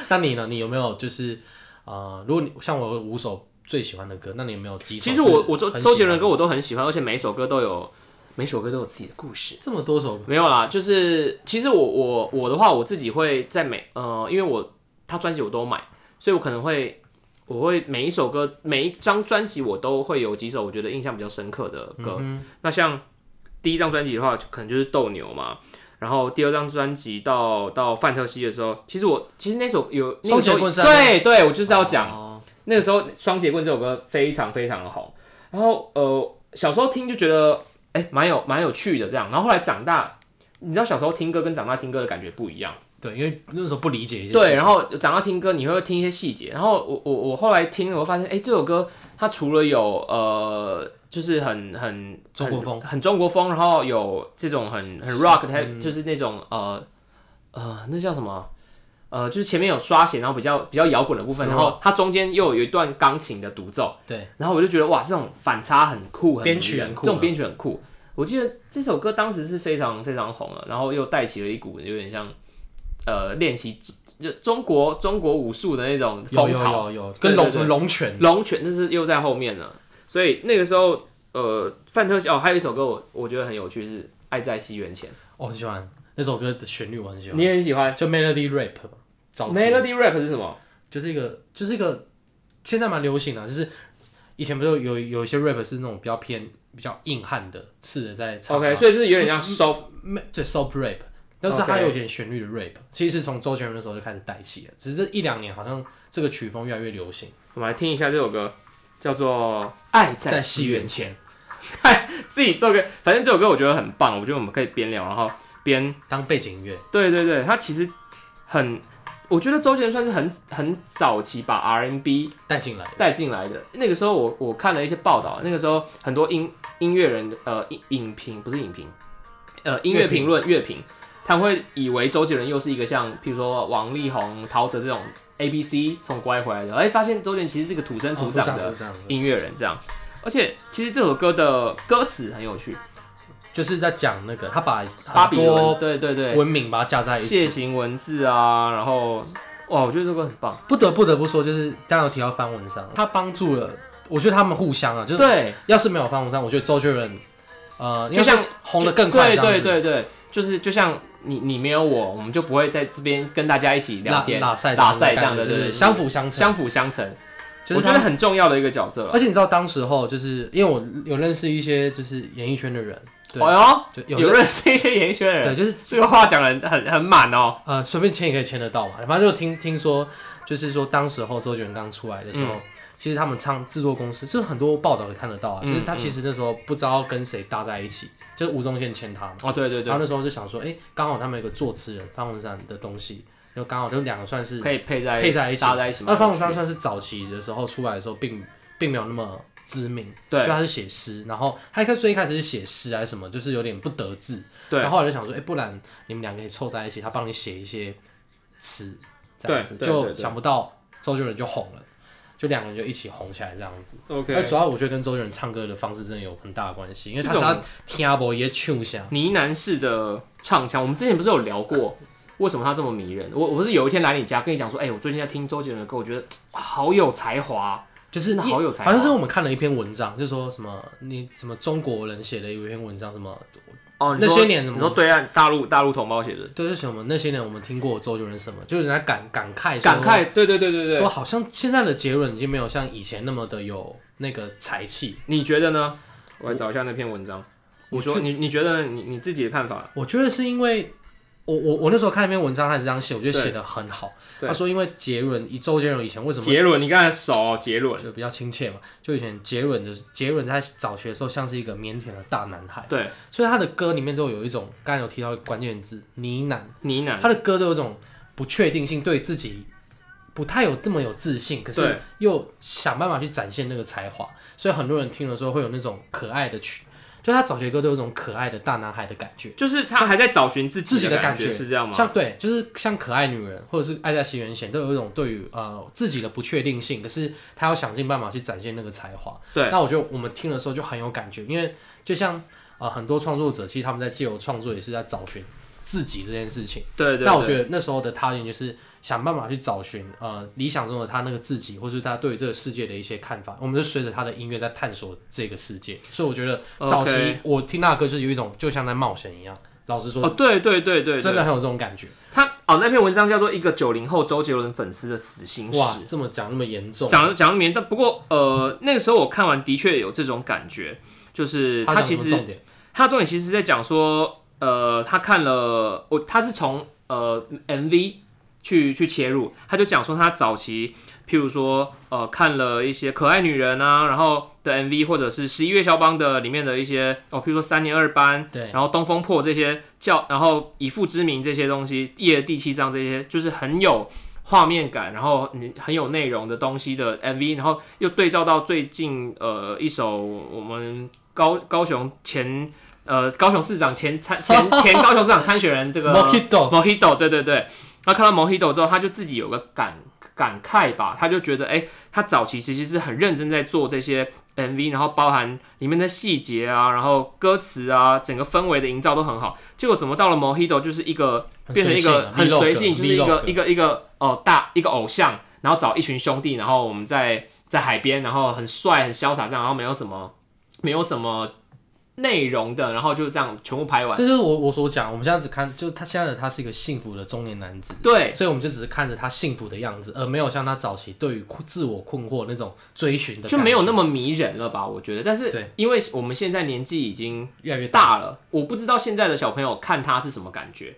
Speaker 2: 那你呢？你有没有就是呃，如果你像我有五首最喜欢的歌，那你有没有几首
Speaker 1: 其
Speaker 2: 是很
Speaker 1: 实
Speaker 2: 喜欢的？
Speaker 1: 我我周周杰伦歌我都很喜欢，而且每一首歌都有每首歌都有自己的故事。
Speaker 2: 这么多首歌，
Speaker 1: 没有啦，就是其实我我我的话，我自己会在每呃，因为我他专辑我都买，所以我可能会我会每一首歌每一张专辑我都会有几首我觉得印象比较深刻的歌。那像第一张专辑的话，就可能就是《斗牛》嘛。然后第二张专辑到到范特西的时候，其实我其实那首有那个时候
Speaker 2: 双截棍是他
Speaker 1: 对对，我就是要讲、
Speaker 2: 哦
Speaker 1: 那个时候《双截棍》这首歌非常非常的红，然后呃小时候听就觉得哎蛮、有蛮有趣的这样，然后后来长大，你知道小时候听歌跟长大听歌的感觉不一样，
Speaker 2: 对，因为那时候不理解一些事情
Speaker 1: 对，然后长大听歌你会听一些细节，然后我我我后来听了我发现哎、这首歌它除了有呃就是很很
Speaker 2: 中国风
Speaker 1: 很很中国风，然后有这种很很 rock，它、
Speaker 2: 嗯
Speaker 1: 就是那种呃呃那叫什么？呃，就是前面有刷弦，然后比较比较摇滚的部分，
Speaker 2: 是吗
Speaker 1: 然后它中间又有一段钢琴的独奏，
Speaker 2: 对
Speaker 1: 然后我就觉得哇，这种反差很酷，很
Speaker 2: 编曲
Speaker 1: 迷人
Speaker 2: 很酷
Speaker 1: 这种
Speaker 2: 啊
Speaker 1: 编曲很酷。我记得这首歌当时是非常非常红了，然后又带起了一股有点像呃练习就中国中国武术的那种
Speaker 2: 有
Speaker 1: 风
Speaker 2: 有
Speaker 1: 潮，
Speaker 2: 有有
Speaker 1: 对
Speaker 2: 跟
Speaker 1: 对
Speaker 2: 龙
Speaker 1: 对
Speaker 2: 什么龙泉
Speaker 1: 龙拳就是又在后面了。所以那个时候，呃，范特西哦，还有一首歌我我觉得很有趣是《爱在西元前》，
Speaker 2: 我很喜欢那首歌的旋律，我很喜欢，
Speaker 1: 你也很喜欢。
Speaker 2: 就 melody rap 嘛早期
Speaker 1: Melody rap 是什么？
Speaker 2: 就是一个就是一个现在蛮流行的，啊就是以前不是有有有一些 rap 是那种比较偏比较硬汉的，试着在唱啊
Speaker 1: OK，所以是有点像 soft，
Speaker 2: 没对 soft rap，但是
Speaker 1: OK
Speaker 2: 它有点旋律的 rap，其实是从周杰伦那时候就开始带起的，只是这一两年好像这个曲风越来越流行。
Speaker 1: 我们来听一下这首歌，叫做《爱在西元前》。
Speaker 2: 前
Speaker 1: 自己做个，反正这首歌我觉得很棒，我觉得我们可以边聊，然后边
Speaker 2: 当背景音乐，
Speaker 1: 对对对，他其实很，我觉得周杰伦算是很很早期把 R N B
Speaker 2: 带进来的，
Speaker 1: 带进来的。那个时候我我看了一些报道，那个时候很多音音乐人的呃影影评不是影评，呃音乐
Speaker 2: 乐评
Speaker 1: 评论乐评，他们会以为周杰伦又是一个像譬如说王力宏、陶喆这种 A B C 从国外回来的，哎、发现周杰伦其实是个土生土长的
Speaker 2: 哦土长的
Speaker 1: 音乐人这样。而且其实这首歌的歌词很有趣，
Speaker 2: 就是在讲那个他把
Speaker 1: 巴
Speaker 2: 很
Speaker 1: 比伦，
Speaker 2: 多
Speaker 1: 对对对，
Speaker 2: 文明把它加在一
Speaker 1: 楔
Speaker 2: 起。
Speaker 1: 形文字啊，然后哇，我觉得这个很棒。
Speaker 2: 不得不得不说，就是刚刚有提到方文山，他帮助了，我觉得他们互相啊，就是
Speaker 1: 对，
Speaker 2: 要是没有方文山，我觉得周杰伦，呃，
Speaker 1: 就像
Speaker 2: 应该是红的更快
Speaker 1: 对
Speaker 2: 这样
Speaker 1: 对
Speaker 2: 子，
Speaker 1: 对对，就是就像你你没有我，我们就不会在这边跟大家一起聊
Speaker 2: 拉
Speaker 1: 天、
Speaker 2: 拉赛
Speaker 1: 打赛这
Speaker 2: 这
Speaker 1: 样
Speaker 2: 样
Speaker 1: 的，
Speaker 2: 的感觉
Speaker 1: 对
Speaker 2: 就
Speaker 1: 对，对
Speaker 2: 是相辅相成，
Speaker 1: 相辅相成，
Speaker 2: 就是
Speaker 1: 我觉
Speaker 2: 他
Speaker 1: 得
Speaker 2: 们
Speaker 1: 很重要的一个角色了。
Speaker 2: 而且你知道，当时候就是因为我有认识一些就是演艺圈的人，对，
Speaker 1: 哦
Speaker 2: 就
Speaker 1: 哟，
Speaker 2: 有
Speaker 1: 有认识一些研学的
Speaker 2: 对，
Speaker 1: 人，
Speaker 2: 就是
Speaker 1: 这个话讲的很很很满哦。
Speaker 2: 呃，随便签也可以签得到嘛。反正就听听说，就是说当时候周杰伦刚出来的时
Speaker 1: 嗯
Speaker 2: 候，其实他们唱制作公司，就是很多报道也看得到啊，就是
Speaker 1: 嗯
Speaker 2: 他其实那时候不知道跟谁搭在一起，就是吴宗宪签他嘛。
Speaker 1: 哦，对对
Speaker 2: 然
Speaker 1: 对
Speaker 2: 后，那时候就想说，哎、刚好他们有个作词人方文山的东西，就刚好就两个算是
Speaker 1: 可以配在
Speaker 2: 配在一起
Speaker 1: 搭在一起蛮
Speaker 2: 那
Speaker 1: 有趣的。
Speaker 2: 方文山算是早期的时候出来的时候并，并没有那么知名，
Speaker 1: 对
Speaker 2: 就他是写诗，然后他一开始最一开始是写诗还是什么，就是有点不得志，
Speaker 1: 对
Speaker 2: 然后我就想说，哎、不然你们两个可以凑在一起，他帮你写一些词，这样子，
Speaker 1: 对对对
Speaker 2: 就
Speaker 1: 对
Speaker 2: 想不到周杰伦就红了，就两个人就一起红起来这样子。那
Speaker 1: OK，
Speaker 2: 主要我觉得跟周杰伦唱歌的方式真的有很大的关系，因为他
Speaker 1: 这
Speaker 2: 只
Speaker 1: 种
Speaker 2: 要听不也唱一下，
Speaker 1: 呢喃式的唱腔，我们之前不是有聊过，为什么他这么迷人？我我不是有一天来你家跟你讲说，哎、我最近在听周杰伦的歌，我觉得哇好有才华，啊
Speaker 2: 就是
Speaker 1: 那
Speaker 2: 一
Speaker 1: 好有才华
Speaker 2: 好像是我们看了一篇文章，就说什么你什么中国人写的一篇文章，什么
Speaker 1: 哦
Speaker 2: 那些年怎么
Speaker 1: 你说对岸大陆大陆同胞写的，
Speaker 2: 对，就是什么那些年我们听过周杰伦什么，就是人家感感慨说
Speaker 1: 感慨，对对对对对
Speaker 2: 说，好像现在的杰伦已经没有像以前那么的有那个才气。
Speaker 1: 你觉得呢？我来找一下那篇文章。
Speaker 2: 我
Speaker 1: 你说你你觉得你你自己的看法？
Speaker 2: 我觉得是因为我我我那时候看那篇文章，他是这样写，我觉得写的很好。
Speaker 1: 对
Speaker 2: 他说因为杰伦以周杰伦以前为什么
Speaker 1: 杰伦，你刚才熟哦杰伦，
Speaker 2: 就比较亲切嘛，就以前杰伦就是杰伦在早学的时候像是一个腼腆的大男孩，
Speaker 1: 对
Speaker 2: 所以他的歌里面都有一种刚才有提到一个关键字呢喃，
Speaker 1: 呢喃，
Speaker 2: 他的歌都有一种不确定性，对自己不太有这么有自信，可
Speaker 1: 对
Speaker 2: 是又想办法去展现那个才华，所以很多人听了之后会有那种可爱的曲，就他早期的歌都有一种可爱的大男孩的感觉，
Speaker 1: 就是他还在找寻自
Speaker 2: 自己
Speaker 1: 的
Speaker 2: 的感
Speaker 1: 觉，是这样吗？
Speaker 2: 像对，就是像可爱女人或者是爱在西元前，都有一种对于呃自己的不确定性，可是他要想尽办法去展现那个才华。
Speaker 1: 对
Speaker 2: 那我觉得我们听的时候就很有感觉，因为就像呃很多创作者，其实他们在借由创作也是在找寻自己这件事情。
Speaker 1: 对对。
Speaker 2: 那我
Speaker 1: 对
Speaker 2: 觉得那时候的他人就是想办法去找寻呃理想中的他那个自己，或是他对于这个世界的一些看法。我们就随着他的音乐在探索这个世界，所以我觉得早期
Speaker 1: OK
Speaker 2: 我听那歌就是有一种就像在冒险一样。老实说
Speaker 1: 哦，，对对对对，对
Speaker 2: 真的很有这种感觉。
Speaker 1: 他哦，那篇文章叫做《一个九零后周杰伦粉丝的死心史》。
Speaker 2: 哇，这么讲那么严重，
Speaker 1: 讲讲明，但不过呃，那个时候我看完的确有这种感觉，就是
Speaker 2: 他
Speaker 1: 他
Speaker 2: 讲
Speaker 1: 其
Speaker 2: 什么
Speaker 1: 实
Speaker 2: 重点
Speaker 1: 他重点其实是在讲说，呃，他看了我，他是从呃 MV 去去切入，他就讲说他早期，譬如说呃看了一些可爱女人啊，然后的 MV 或者是十一月肖邦的里面的一些哦，譬如说三年二班，
Speaker 2: 对
Speaker 1: 然后东风破这些教，然后以父之名这些东西，夜的第七章这些，就是很有。画面感，然后你很有内容的东西的 MV，然后又对照到最近呃一首我们高高雄前呃高雄市长前参前前高雄市长参选人这个
Speaker 2: Mojito
Speaker 1: 哦 Mojito，对对对，然后看到 Mojito 之后，他就自己有个感感慨吧，他就觉得哎、诶他早期其实是很认真在做这些 MV，然后包含里面的细节啊，然后歌词啊，整个氛围的营造都很好，结果怎么到了 Mojito 就是一个
Speaker 2: 很
Speaker 1: 变成一
Speaker 2: 随性
Speaker 1: 个
Speaker 2: 啊
Speaker 1: 很
Speaker 2: Vlog，
Speaker 1: 随性，就是一个
Speaker 2: Vlog
Speaker 1: 一个一个哦大一个偶像，然后找一群兄弟，然后我们在在海边，然后很帅很潇洒这样，然后没有什么没有什么内容的，然后就这样全部拍完。
Speaker 2: 这就是我我所讲，我们现在只看，就是他现在的他是一个幸福的中年男子，
Speaker 1: 对
Speaker 2: 所以我们就只是看着他幸福的样子，而没有像他早期对于困自我困惑那种追寻的感觉，
Speaker 1: 就没有那么迷人了吧？我觉得，但是
Speaker 2: 对
Speaker 1: 因为我们现在年纪已经
Speaker 2: 越来越大。
Speaker 1: 大了，我不知道现在的小朋友看他是什么感觉，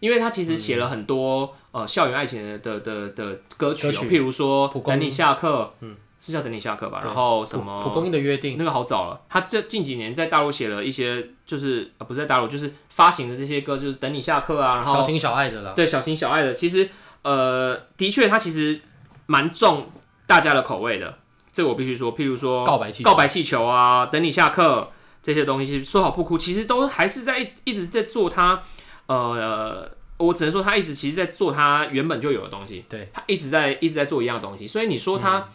Speaker 1: 因为他其实
Speaker 2: 嗯
Speaker 1: 写了很多、呃校园爱情的的的的歌曲、哦，
Speaker 2: 歌曲
Speaker 1: 譬如说
Speaker 2: 蒲
Speaker 1: 《
Speaker 2: 公
Speaker 1: 等你下课》，嗯，是叫《等你下课》吧？
Speaker 2: 对
Speaker 1: 然后什
Speaker 2: 蒲
Speaker 1: 么
Speaker 2: 蒲公英的约定，
Speaker 1: 那个好早了。他这近几年在大陆写了一些，就是、呃、不是在大陆，就是发行的这些歌，就是等你下课啊，然
Speaker 2: 小
Speaker 1: 后
Speaker 2: 情小爱的啦，
Speaker 1: 对小情小爱的，其实呃，的确他其实蛮重大家的口味的，这个我必须说。譬如说
Speaker 2: 告白气球
Speaker 1: 告白气球啊，等你下课这些东西，说好不哭，其实都还是在一一直在做他呃，我只能说他一直其实在做他原本就有的东西，
Speaker 2: 对
Speaker 1: 他一直在一直在做一样的东西，所以你说
Speaker 2: 嗯
Speaker 1: 他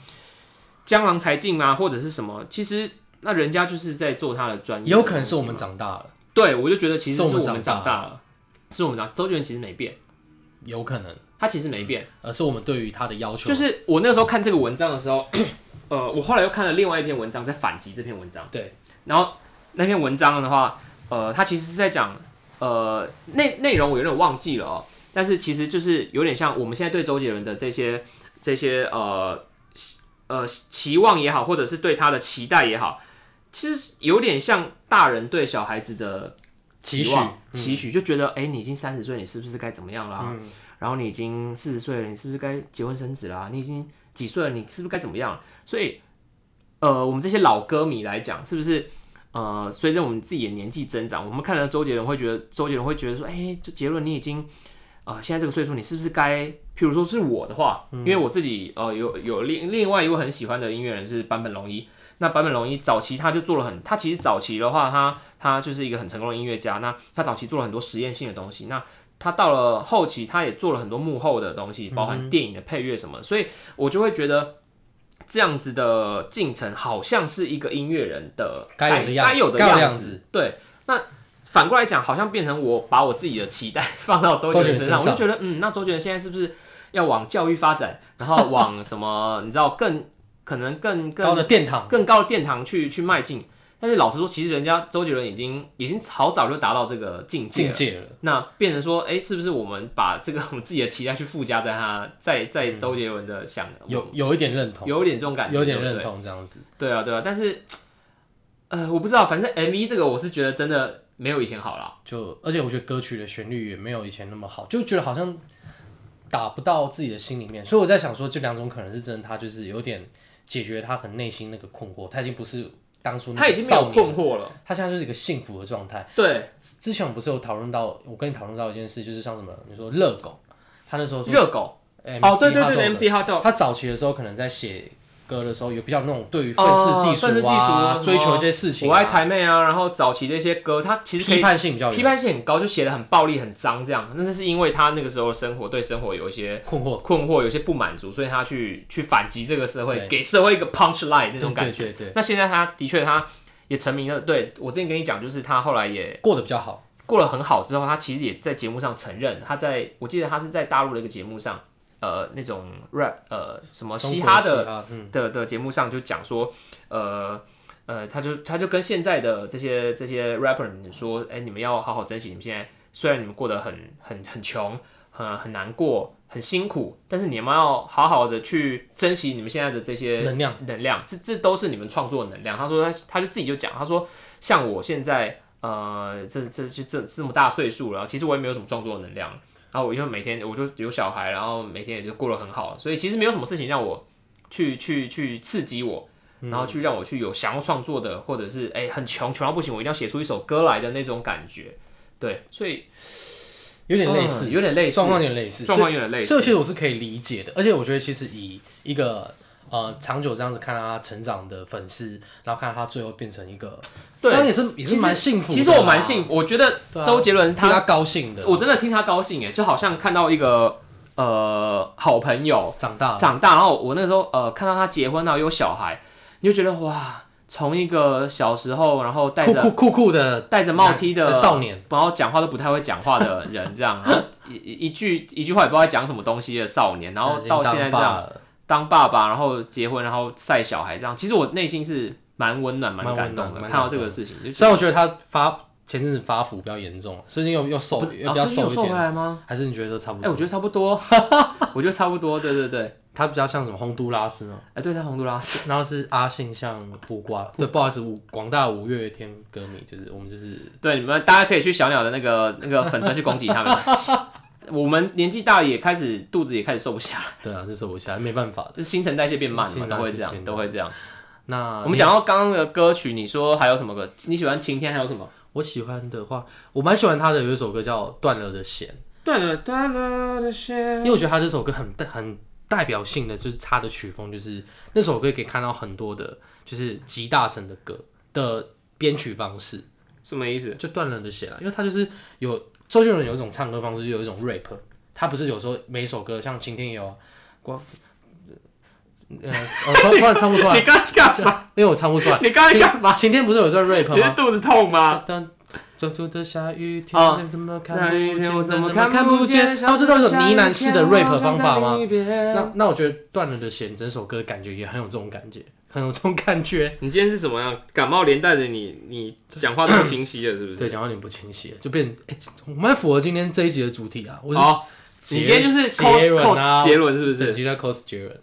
Speaker 1: 江郎才尽啊，或者是什么，其实那人家就是在做他的专业的东西嘛，
Speaker 2: 也有可能是我们长大了，
Speaker 1: 对我就觉得其实
Speaker 2: 是
Speaker 1: 我
Speaker 2: 我
Speaker 1: 们
Speaker 2: 们
Speaker 1: 长
Speaker 2: 长大
Speaker 1: 大了，是我们长周杰伦其实没变，
Speaker 2: 有可能，
Speaker 1: 他其实没变。
Speaker 2: 而是我们对于他的要求，
Speaker 1: 就是我那时候看这个文章的时候， 呃，我后来又看了另外一篇文章，在反击这篇文章。
Speaker 2: 对，
Speaker 1: 然后那篇文章的话，呃，它其实是在讲，呃，内内容我有点忘记了哦，但是其实就是有点像我们现在对周杰伦的这些这些呃希呃期望也好，或者是对他的期待也好，其实有点像大人对小孩子的
Speaker 2: 期
Speaker 1: 期
Speaker 2: 许嗯
Speaker 1: 望，期许就觉得，哎、你已经三十岁，你是不是该怎么样了、啊？然后你已经四十岁了，你是不是该结婚生子啦、你已经几岁了，你是不是该怎么样？所以，呃，我们这些老歌迷来讲，是不是呃，随着我们自己的年纪增长，我们看了周杰伦会觉得，周杰伦会觉得说，哎、这杰伦你已经啊、呃现在这个岁数，你是不是该，譬如说是我的话，
Speaker 2: 嗯
Speaker 1: 因为我自己呃有有另另外一位很喜欢的音乐人是坂本龙一。那坂本龙一早期他就做了很，他其实早期的话，他他就是一个很成功的音乐家。那他早期做了很多实验性的东西。那他到了后期，他也做了很多幕后的东西，包
Speaker 2: 嗯
Speaker 1: 含电影的配乐什么的，所以我就会觉得这样子的进程好像是一个音乐人的
Speaker 2: 该有的样子
Speaker 1: 该有的
Speaker 2: 该有的
Speaker 1: 样
Speaker 2: 样子。
Speaker 1: 对，那反过来讲，好像变成我把我自己的期待 放到周杰
Speaker 2: 周杰
Speaker 1: 伦身
Speaker 2: 伦
Speaker 1: 上，我
Speaker 2: 身
Speaker 1: 就
Speaker 2: 上
Speaker 1: 觉得，嗯，那周杰伦现在是不是要往教育发 展，然后往什么，你知道更可能更更
Speaker 2: 高的殿堂，
Speaker 1: 更高的殿堂去去迈进。但是老实说，其实人家周杰伦已经已经好早就达到这个境界
Speaker 2: 境
Speaker 1: 了。
Speaker 2: 界了。
Speaker 1: 那变成说，哎、是不是我们把这个我们自己的期待去附加在他在在周杰伦的想、
Speaker 2: 嗯有有一点认同，
Speaker 1: 有点这种感觉，
Speaker 2: 有点
Speaker 1: 对不对
Speaker 2: 认同这样子。
Speaker 1: 对啊，对啊，但是，呃，我不知道，反正 M V 这个我是觉得真的没有以前好啦。
Speaker 2: 就而且我觉得歌曲的旋律也没有以前那么好，就觉得好像打不到自己的心里面，所以我在想说，这两种可能是真的，他就是有点解决他很内心那个困惑，他已经不是当初那
Speaker 1: 他
Speaker 2: 个
Speaker 1: 已经没有
Speaker 2: 少年
Speaker 1: 困惑了。
Speaker 2: 他现在就是一个幸福的状态。
Speaker 1: 对，
Speaker 2: 之前我们不是有讨论到，我跟你讨论到一件事，就是像什么，你说热狗，他那时候说
Speaker 1: 热狗
Speaker 2: MC
Speaker 1: 哦，对对对
Speaker 2: Hotdog 的
Speaker 1: ，MC Hot Dog，
Speaker 2: 他早期的时候可能在写歌的时候有比较那种对于愤
Speaker 1: 哦
Speaker 2: 世
Speaker 1: 愤世
Speaker 2: 嫉
Speaker 1: 嫉俗
Speaker 2: 俗
Speaker 1: 啊
Speaker 2: 啊，追
Speaker 1: 什么
Speaker 2: 求一些事情、啊，
Speaker 1: 我爱台妹啊，然后早期的一些歌，他其实可以
Speaker 2: 批判性比较有
Speaker 1: 批判性很高，就写的很暴力、很脏这样。但是是因为他那个时候的生活对生活有一些
Speaker 2: 困惑
Speaker 1: 困惑，有些不满足，所以他去去反击这个社会，
Speaker 2: 对
Speaker 1: 给社会一个 punch line 那种感觉。
Speaker 2: 觉，对对对
Speaker 1: 那现在他的确他也成名了，对我之前跟你讲，就是他后来也
Speaker 2: 过得比较好，
Speaker 1: 过得很好之后，他其实也在节目上承认，他在我记得他是在大陆的一个节目上，呃，那种 rap 呃什么嘻哈的
Speaker 2: 中国嘻哈，嗯，
Speaker 1: 的的节目上就讲说，呃呃，他就他就跟现在的这些这些 rapper 们说，哎、你们要好好珍惜你们现在，虽然你们过得很很很穷，很很难过，很辛苦，但是你们要好好的去珍惜你们现在的这些
Speaker 2: 能量
Speaker 1: 能量，这这都是你们创作的能量。他说他他就自己就讲，他说像我现在呃这这这这这么大岁数了，然后其实我也没有什么创作能量，然后我就每天我就有小孩，然后每天也就过得很好，所以其实没有什么事情让我去去去刺激我。然后去让我去有想要创作的，或者是哎、很穷穷到不行，我一定要写出一首歌来的那种感觉，对，所以
Speaker 2: 有点类
Speaker 1: 嗯
Speaker 2: 似，
Speaker 1: 有点类似
Speaker 2: 状况有点类似，
Speaker 1: 状况有点类似
Speaker 2: 所以其实我是可以理解的，而且我觉得其实以一个呃长久这样子看他成长的粉丝，然后看他最后变成一个，
Speaker 1: 对
Speaker 2: 这样也是也
Speaker 1: 其
Speaker 2: 是
Speaker 1: 实
Speaker 2: 蛮幸福的啊。
Speaker 1: 其实我蛮幸福，我觉得
Speaker 2: 对啊
Speaker 1: 周杰伦
Speaker 2: 替他
Speaker 1: 他，
Speaker 2: 高兴的，
Speaker 1: 我真的替他高兴哎，就好像看到一个呃好朋友
Speaker 2: 长大了，
Speaker 1: 长大，然后我那时候呃看到他结婚然后有小孩，你就觉得哇，从一个小时候然后带
Speaker 2: 酷
Speaker 1: 着
Speaker 2: 酷酷酷的
Speaker 1: 戴着帽 T 的
Speaker 2: 少年，
Speaker 1: 然后讲话都不太会讲话的人，这样，然后一一一句一句话也不知道在讲什么东西的少年，然后到现在这样
Speaker 2: 样，
Speaker 1: 当爸爸，然后结婚，然后晒小孩，这样，其实我内心是蛮温暖、蛮
Speaker 2: 蛮温
Speaker 1: 感
Speaker 2: 暖
Speaker 1: 动的。
Speaker 2: 蛮
Speaker 1: 看
Speaker 2: 感
Speaker 1: 到这个
Speaker 2: 动
Speaker 1: 事情，就觉
Speaker 2: 虽然我觉得他发前阵子发福比较严重，最近又又
Speaker 1: 得
Speaker 2: 瘦
Speaker 1: 不，是
Speaker 2: 又
Speaker 1: 哦
Speaker 2: 比较
Speaker 1: 最近有
Speaker 2: 瘦一
Speaker 1: 瘦回
Speaker 2: 点，嗯
Speaker 1: 来吗？
Speaker 2: 还是你觉得都差不
Speaker 1: 哎、
Speaker 2: 多？
Speaker 1: 我觉得差不多， 我觉得差不多，对对对，
Speaker 2: 他比较像什么洪都拉斯吗？
Speaker 1: 哎、对，在洪都拉斯，
Speaker 2: 然后是阿信像胡瓜，对，不好意思，五广大五月天歌迷就是我们就是
Speaker 1: 对，你们大家可以去小鸟的那个那个粉砖去攻击他们。 我们年纪大了，也开始肚子也开始瘦不下了，
Speaker 2: 对啊，是瘦不下来，没办法。
Speaker 1: 这新陈代谢变慢了嘛，
Speaker 2: 新陈代
Speaker 1: 都
Speaker 2: 谢
Speaker 1: 会这样，
Speaker 2: 变
Speaker 1: 都会这样。
Speaker 2: 那
Speaker 1: 我们
Speaker 2: 啊你
Speaker 1: 讲到刚刚的歌曲，你说还有什么歌？你喜欢晴天还有什么？
Speaker 2: 我喜欢的话，我蛮喜欢他的有一首歌叫《断了的弦》，
Speaker 1: 断了断了的线
Speaker 2: 因为我觉得他这首歌很代很代表性的，就是他的曲风，就是那首歌可以看到很多的，就是集大成的歌的编曲方式，
Speaker 1: 什么意思？
Speaker 2: 就断了的弦啊，因为他就是有周杰伦有一种唱歌方式，就有一种 rap，他不是有时候每一首歌像今天也有啊，光。呃，我突然突然唱不 出来，
Speaker 1: 你刚刚干嘛？
Speaker 2: 因为我唱不出来。
Speaker 1: 你刚才干嘛
Speaker 2: 晴晴天不是有一段 rap
Speaker 1: 你 是
Speaker 2: 吗？
Speaker 1: 肚子痛吗？
Speaker 2: 当久久的下雨天，
Speaker 1: 啊
Speaker 2: 怎么看
Speaker 1: 那一
Speaker 2: 不
Speaker 1: 天
Speaker 2: 见？
Speaker 1: 我怎么
Speaker 2: 看
Speaker 1: 看不见？
Speaker 2: 他不是都有呢喃式的 rap 方法吗？
Speaker 1: 那
Speaker 2: 那那我觉得断了的弦整首歌感觉也很有这种感觉，很有这种感觉。
Speaker 1: 你今天是怎么样？感冒连带着你，你讲话都不清晰了，是不
Speaker 2: 对，
Speaker 1: 是？
Speaker 2: 讲到有点不清晰了，就变哎，我蛮符合今天这一集的主题啊。我是
Speaker 1: 好，哦你今天就是
Speaker 2: 杰伦
Speaker 1: cos
Speaker 2: 啊
Speaker 1: cos 杰伦，是不
Speaker 2: 整
Speaker 1: 是？
Speaker 2: 集在 cos 杰伦，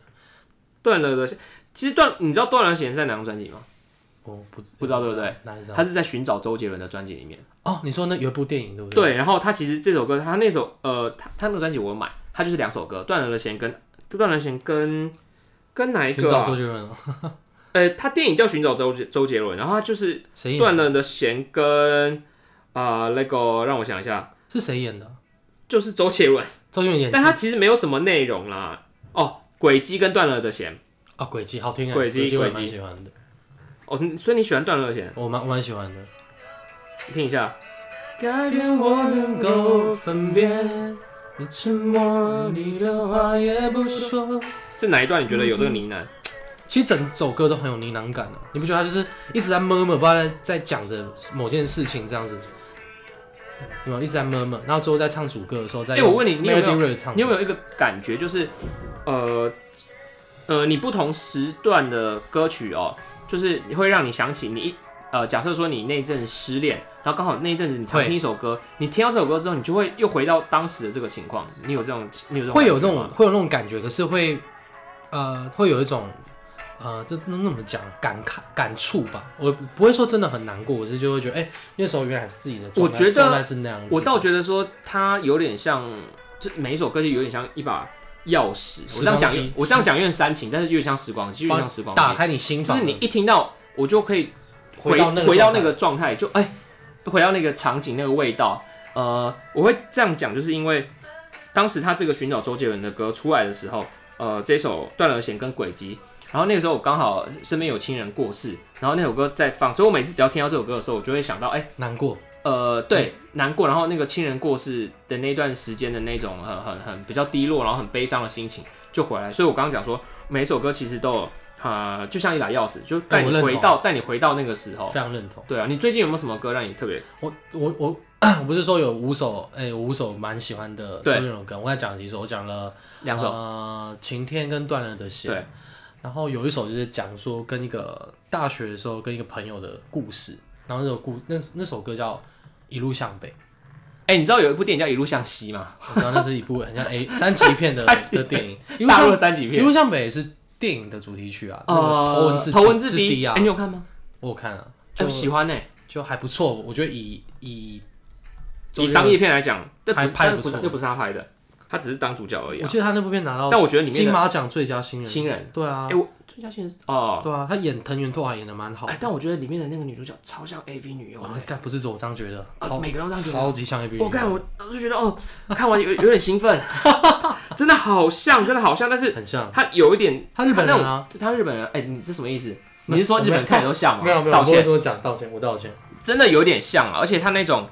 Speaker 1: 断了的线，其实断，你知道断了的弦是在哪张专辑吗？
Speaker 2: 我不
Speaker 1: 不知道对不对？
Speaker 2: 哪一张
Speaker 1: 他？是在寻找周杰伦的专辑里面。
Speaker 2: 哦，你说那有一部电影对不对？
Speaker 1: 对，然后他其实这首歌，他那首呃，他他那个专辑我有买，他就是两首歌，《断了的弦》跟《断了的弦》跟跟哪一
Speaker 2: 寻
Speaker 1: 个
Speaker 2: 找
Speaker 1: 啊？
Speaker 2: 周杰伦哦，
Speaker 1: 呃，他电影叫《寻找周杰周杰伦》，然后他就是
Speaker 2: 谁
Speaker 1: 断
Speaker 2: 演？
Speaker 1: 了的弦跟啊那个让我想一下，
Speaker 2: 是谁演的？
Speaker 1: 就是周杰伦，
Speaker 2: 周杰伦演
Speaker 1: 但
Speaker 2: 技
Speaker 1: 他其实没有什么内容啦。哦，轨迹跟断了的弦，
Speaker 2: 啊，轨迹好听啊，
Speaker 1: 轨迹
Speaker 2: 迹我也
Speaker 1: 轨迹
Speaker 2: 蛮喜欢的，
Speaker 1: 哦，所以你喜欢断了的弦？
Speaker 2: 我蛮我蛮喜欢的。
Speaker 1: 听一下，
Speaker 2: 改变我能够分辨。你沉默，你的话也不说。
Speaker 1: 是哪一段你觉得有这个呢喃？
Speaker 2: 其实整首歌都很有呢喃感的、啊你不觉得他就是一直在 murmur，不知道在在讲着某件事情这样子，有没有一直在 murmur，然后最后在唱主歌的时候再
Speaker 1: 哎
Speaker 2: 用
Speaker 1: 我问你你有没有
Speaker 2: melody rate 唱，
Speaker 1: 你有没有一个感觉，就是呃呃，你不同时段的歌曲哦，就是会让你想起你一呃，假设说你那阵失恋，然后刚好那一阵子你常
Speaker 2: 会
Speaker 1: 听一首歌，你听到这首歌之后，你就会又回到当时的这个情况。你有这种，你有这种
Speaker 2: 会有
Speaker 1: 感觉
Speaker 2: 那种
Speaker 1: 吗
Speaker 2: 会有那种感觉，可是会呃会有一种呃这那怎么讲感慨感触吧，我不会说真的很难过，我是就会觉得哎、那时候原来自己的状态
Speaker 1: 我觉得
Speaker 2: 状态是那样子，
Speaker 1: 我倒觉得说它有点像，就每一首歌就有点像一把钥匙。我这样讲
Speaker 2: 时光机，
Speaker 1: 我这样讲有点煽情，但是有点像时光机，有点像时光机。
Speaker 2: 打开你心
Speaker 1: 就
Speaker 2: 房
Speaker 1: 是
Speaker 2: 的，
Speaker 1: 你一听到，我就可以回
Speaker 2: 回到那个
Speaker 1: 回到
Speaker 2: 状
Speaker 1: 那
Speaker 2: 态
Speaker 1: 个状态，就哎、回到那个场景那个味道。呃，我会这样讲，就是因为当时他这个寻找周杰伦的歌出来的时候，呃，这首《断了弦》跟《轨迹》，然后那个时候我刚好身边有亲人过世，然后那首歌在放，所以我每次只要听到这首歌的时候，我就会想到，哎、
Speaker 2: 难过，
Speaker 1: 呃，
Speaker 2: 嗯
Speaker 1: 对，难过，然后那个亲人过世的那段时间的那种很很很比较低落，然后很悲伤的心情就回来。所以我刚刚讲说，每一首歌其实都有，呃，就像一把钥匙，就带
Speaker 2: 我
Speaker 1: 你
Speaker 2: 认同
Speaker 1: 回到带你回到那个时候
Speaker 2: 非。常认同。
Speaker 1: 对啊，你最近有没有什么歌让你特别？
Speaker 2: 我我 我我不是说有五首，哎、我五首蛮喜欢的周
Speaker 1: 对
Speaker 2: 杰伦的歌，我刚才讲了几首，我讲了
Speaker 1: 两首
Speaker 2: 呃，晴天跟断了的弦，
Speaker 1: 对，
Speaker 2: 然后有一首就是讲说跟一个大学的时候跟一个朋友的故事，然后那首故那那首歌叫一路向北，
Speaker 1: 哎、你知道有一部电影叫《一路向西》吗？
Speaker 2: 我知道那是一部很像 A 三级片 的
Speaker 1: 三级
Speaker 2: 的电影，一路
Speaker 1: 大陆
Speaker 2: 向
Speaker 1: 的三级
Speaker 2: 一
Speaker 1: 片。
Speaker 2: 路向北也是电影的主题曲啊，那个
Speaker 1: 呃，
Speaker 2: 头文字
Speaker 1: 头文字
Speaker 2: D 啊
Speaker 1: 哎，你，有看吗？
Speaker 2: 我有看啊，
Speaker 1: 哎
Speaker 2: 就
Speaker 1: 我喜欢呢、
Speaker 2: 就还不错，我觉得以以周
Speaker 1: 以
Speaker 2: 杰伦
Speaker 1: 商业片来讲，这不
Speaker 2: 拍
Speaker 1: 是
Speaker 2: 拍得
Speaker 1: 但
Speaker 2: 不
Speaker 1: 不是
Speaker 2: 错
Speaker 1: 又不是他拍的，他只是当主角而已、
Speaker 2: 我
Speaker 1: 啊。
Speaker 2: 记得他那部片拿到
Speaker 1: 但我觉得里面
Speaker 2: 金
Speaker 1: 的
Speaker 2: 马奖最佳新人，
Speaker 1: 新人
Speaker 2: 对啊
Speaker 1: 哎、，我最佳新人是哦，
Speaker 2: 对啊，他演藤原拓海演的蛮好的
Speaker 1: 哎，，但我觉得里面的那个女主角超像 AV 女优的、
Speaker 2: 我哦干不是走张觉的，
Speaker 1: 啊
Speaker 2: 超
Speaker 1: 欸每个人都这样觉得
Speaker 2: 超级像 A B，
Speaker 1: 我看我我就觉得哦，看完有有点兴奋， 真的好像，真的好像，但是
Speaker 2: 很像，
Speaker 1: 他有一点，
Speaker 2: 他日本人啊
Speaker 1: 那种，他日本人，哎、你这什么意思？
Speaker 2: 没
Speaker 1: 你是说日本人看起来都像吗？道
Speaker 2: 我不会
Speaker 1: 歉，
Speaker 2: 这么讲，道歉，我道歉，
Speaker 1: 真的有点像啊，而且他那种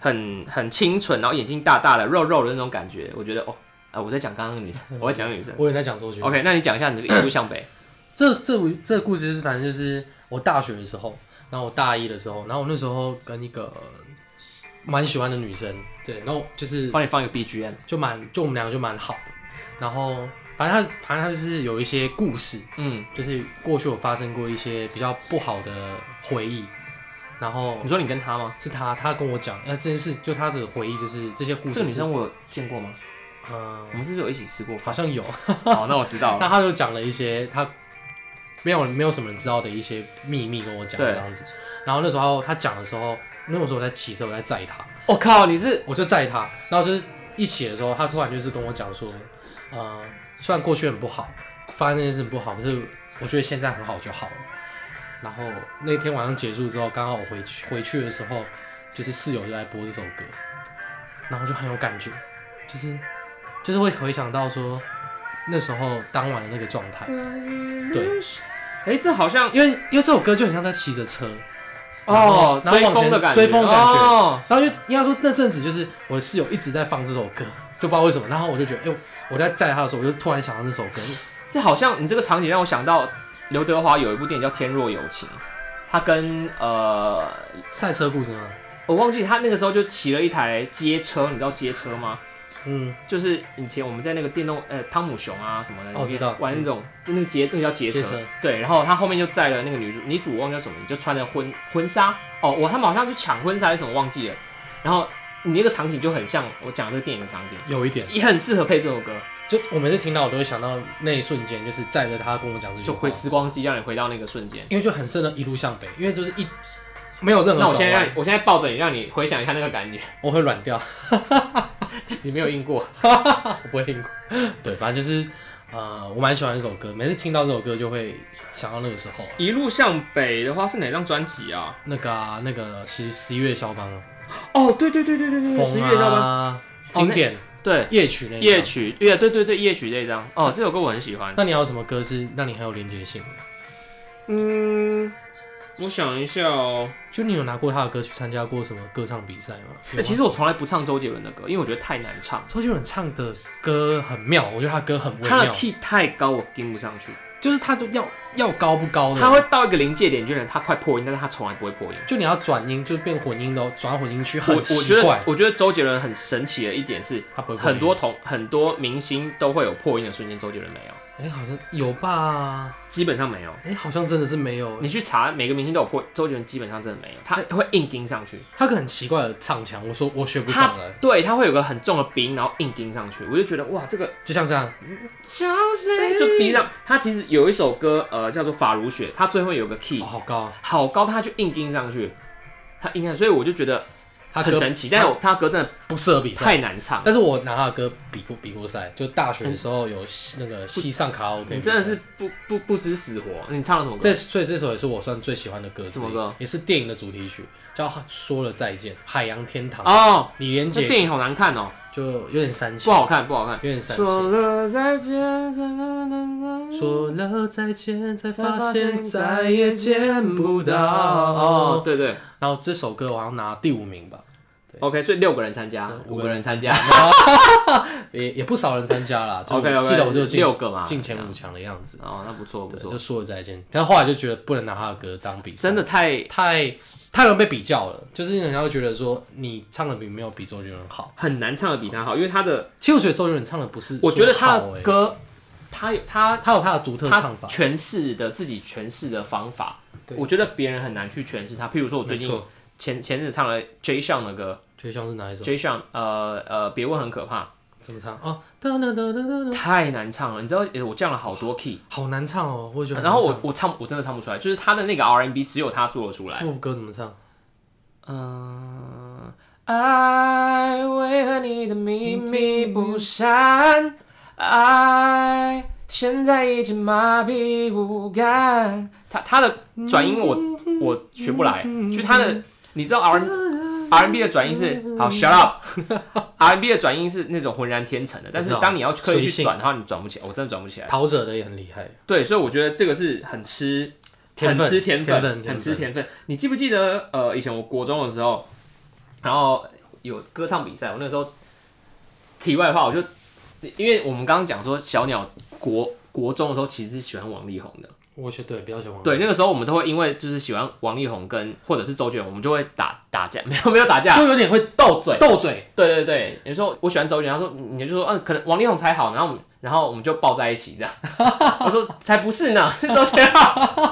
Speaker 1: 很很清纯，然后眼睛大大的、肉肉的那种感觉，我觉得哦，啊、我在讲刚刚的女 生，我在讲女生。
Speaker 2: 我也在讲周杰伦。
Speaker 1: OK，那你讲一下你的《一路向北》
Speaker 2: 嗯这这部这个故事就是反正就是我大学的时候，然后我大一的时候，然后我那时候跟一个蛮喜欢的女生，对，然后就是
Speaker 1: 帮你放一个 BGM。
Speaker 2: 就蛮就我们两个就蛮好的，然后反正她反正她就是有一些故事，
Speaker 1: 嗯，
Speaker 2: 就是过去有发生过一些比较不好的回忆，然后
Speaker 1: 你说你跟他吗？
Speaker 2: 是她她跟我讲，那、这件事就她的回忆就是这些故事
Speaker 1: 这个女
Speaker 2: 是
Speaker 1: 生我有见过吗？
Speaker 2: 嗯
Speaker 1: 我，们是不是有一起吃过
Speaker 2: 好
Speaker 1: 饭？
Speaker 2: 像有。
Speaker 1: 好，那我知 道了。
Speaker 2: 那他就讲了一些他没有没有什么人知道的一些秘密跟我讲
Speaker 1: 对
Speaker 2: 这样子。然后那时候他讲的时候，那时候我在骑车，我在载他，
Speaker 1: 我、靠，你是
Speaker 2: 我就载他。然后就是一起的时候，他突然就是跟我讲说，呃，虽然过去很不好，发生那件事很不好，可是我觉得现在很好就好了。然后那天晚上结束之后，刚好我回去回去的时候，就是室友就在播这首歌，然后就很有感觉，就是就是会回想到说那时候当晚的那个状态。对，
Speaker 1: 哎、这好像
Speaker 2: 因为因为这首歌就很像在骑着车，
Speaker 1: 哦，
Speaker 2: 然后
Speaker 1: 追
Speaker 2: 往
Speaker 1: 风
Speaker 2: 前
Speaker 1: 的感觉，
Speaker 2: 追风的感觉
Speaker 1: 哦、
Speaker 2: 然后就应该说那阵子就是我的室友一直在放这首歌，就不知道为什么。然后我就觉得，哎、我在载他的时候，我就突然想到那首歌，
Speaker 1: 这好像你这个场景让我想到刘德华有一部电影叫《天若有情》，他跟呃，
Speaker 2: 赛车故事吗？
Speaker 1: 我忘记他那个时候就骑了一台街车，你知道街车吗？
Speaker 2: 嗯，
Speaker 1: 就是以前我们在那个电动呃汤姆熊啊什么的，
Speaker 2: 哦知道
Speaker 1: 玩那种、那个街那个叫街车，
Speaker 2: 街车
Speaker 1: 对，然后他后面就载了那个女主女主忘叫什么，你就穿着婚婚纱哦，我他们好像去抢婚纱还是什么忘记了，然后你那个场景就很像我讲这个电影的场景，
Speaker 2: 有一点，
Speaker 1: 也很适合配这首歌。
Speaker 2: 就我每次听到我都会想到那一瞬间，就是载着他跟我讲这句
Speaker 1: 就
Speaker 2: 话
Speaker 1: 回，时光机，让你回到那个瞬间。
Speaker 2: 因为就很真的，一路向北，因为就是一没有任何
Speaker 1: 那我
Speaker 2: 转
Speaker 1: 现在让
Speaker 2: 弯
Speaker 1: 你，，我现在抱着你，让你回想一下那个感觉。
Speaker 2: 我会软 掉，
Speaker 1: 你没有硬过，
Speaker 2: 我不会硬过。对，反正就是呃，我蛮喜欢这首歌，每次听到这首歌就会想到那个时候啊，
Speaker 1: 一路向北的话是哪张专辑啊？
Speaker 2: 那个啊，那个十十一月肖邦啊，
Speaker 1: 哦，对对对对对对，十
Speaker 2: 风
Speaker 1: 月到吗？
Speaker 2: 啊，经典
Speaker 1: 对，
Speaker 2: 夜曲那一
Speaker 1: 夜
Speaker 2: 张
Speaker 1: 曲，夜对对对夜曲这一张，哦，这首歌我很喜欢。
Speaker 2: 那你还有什么歌是让你很有连接性的？
Speaker 1: 嗯，我想一下哦。
Speaker 2: 就你有拿过他的歌去参加过什么歌唱比赛吗？
Speaker 1: 那哎其
Speaker 2: 哎实
Speaker 1: 实我从来不唱周杰伦的歌，因为我觉得太难唱，
Speaker 2: 周杰伦唱的歌很妙，我觉得他歌很微
Speaker 1: 他的
Speaker 2: 妙，
Speaker 1: key 太高，我跟不上去。
Speaker 2: 就是他就要要高不高的，
Speaker 1: 他会到一个临界点，就觉得他快破音，但是他从来不会破音。
Speaker 2: 就你要转音，就变混音的哦，转混音区
Speaker 1: 我
Speaker 2: 很
Speaker 1: 我觉
Speaker 2: 奇
Speaker 1: 得
Speaker 2: 怪，，
Speaker 1: 我觉得周杰伦很神奇的一点是，
Speaker 2: 他不会混音
Speaker 1: 很多同很多明星都会有破音的瞬间，周杰伦没有，
Speaker 2: 哎、好像有吧？
Speaker 1: 基本上没有。
Speaker 2: 哎、好像真的是没有，
Speaker 1: 你去查，每个明星都有破，周杰伦基本上真的没有，他会硬盯上去，
Speaker 2: 他个很奇怪的唱腔，我说我学不
Speaker 1: 他
Speaker 2: 上来，
Speaker 1: 对他会有个很重的鼻音，然后硬盯上去，我就觉得哇，这个
Speaker 2: 就像这样，
Speaker 1: 相信就逼上他。其实有一首歌，呃，叫做《法如雪》，他最后有个 key
Speaker 2: 哦、好高，
Speaker 1: 好高，他就硬盯上去，他硬看，所以我就觉得
Speaker 2: 他
Speaker 1: 很
Speaker 2: 歌
Speaker 1: 神奇。但是我他歌真的
Speaker 2: 不适合比赛。
Speaker 1: 太难唱。
Speaker 2: 但是我拿他的歌比过比过赛，就大学的时候有戏那个戏上卡拉 OK，
Speaker 1: 你真的是不不不知死活。你唱了什么歌？
Speaker 2: 这所以这首也是我算最喜欢的歌之一，
Speaker 1: 什么歌
Speaker 2: 也是电影的主题曲，叫《说了再见》，《海洋天堂》
Speaker 1: 哦，
Speaker 2: 李连
Speaker 1: 这
Speaker 2: 杰
Speaker 1: 电影好难看哦，
Speaker 2: 就有点煽情
Speaker 1: 不，好看，不好看。
Speaker 2: 有点煽情。
Speaker 1: 说了再见，再见
Speaker 2: 说了再见，才
Speaker 1: 才
Speaker 2: 发现再也见不
Speaker 1: 哦
Speaker 2: 到。，
Speaker 1: 对对
Speaker 2: 然后这首歌我好像拿第五名吧，
Speaker 1: ，OK，所以六个人参加，
Speaker 2: 对
Speaker 1: 五个人参加，
Speaker 2: 也也不少人参加啦。就
Speaker 1: OK，OK，
Speaker 2: 记得我就进
Speaker 1: 六个嘛
Speaker 2: 进前五强的样子。
Speaker 1: 哦，那不错不
Speaker 2: 对，
Speaker 1: 错
Speaker 2: 就，说了再见，但后来就觉得不能拿他的歌当比赛，
Speaker 1: 真的太
Speaker 2: 太太容易被比较了，就是人家会觉得说你唱的比没有比周杰伦好。
Speaker 1: 很难唱的比他好，因为他的，
Speaker 2: 其实我觉得周杰伦唱的不是，
Speaker 1: 我觉得他
Speaker 2: 说好
Speaker 1: 的
Speaker 2: 欸
Speaker 1: 歌，他有他
Speaker 2: 他有他的独特
Speaker 1: 他
Speaker 2: 唱法，
Speaker 1: 诠释的自己诠释的方法
Speaker 2: 对，
Speaker 1: 我觉得别人很难去诠释他。譬如说，我最近前前阵子唱了 J 项的歌
Speaker 2: 就像是哪一首？
Speaker 1: ，J 项呃呃，别问很可怕，
Speaker 2: 怎么唱？哦，哒哒哒哒哒哒，
Speaker 1: 太难唱了，你知道诶我降了好多 key，
Speaker 2: 好难唱哦，我也觉得很
Speaker 1: 然
Speaker 2: 难
Speaker 1: 后
Speaker 2: 唱。
Speaker 1: 我我唱我真的唱不出来，就是他的那个 R&B 只有他做得出来。
Speaker 2: 副歌怎么唱？
Speaker 1: 嗯，爱为何你的秘密不删？爱现在已经麻痹无感。他他的转音我我学不来，就他的你知道 R R B 的转音是好 shut up，R B 的转音是那种浑然天成的，但是
Speaker 2: 我知道
Speaker 1: 当你要刻意
Speaker 2: 随
Speaker 1: 去
Speaker 2: 性
Speaker 1: 转的话，你转不起来，我真的转不起来。
Speaker 2: 陶喆的也很厉害，
Speaker 1: 对，所以我觉得这个是很吃
Speaker 2: 天分
Speaker 1: 很吃甜
Speaker 2: 天分天分
Speaker 1: 很吃甜分。你记不记得呃，以前我国中的时候，然后有歌唱比赛，我那时候题外话，我就因为我们刚刚讲说小鸟国国中的时候其实是喜欢王力宏的，
Speaker 2: 我觉得对，比较喜欢。
Speaker 1: 对，，那个时候我们都会因为就是喜欢王力宏跟或者是周杰伦，我们就会打打架， 没有没有打架，
Speaker 2: 就有点会
Speaker 1: 斗嘴。
Speaker 2: 斗嘴，
Speaker 1: 对对对，有时候我喜欢周杰伦，他说你你就说嗯，可能王力宏才好，然后我们然后我们就抱在一起这样。 我说才不是呢， 是周杰伦。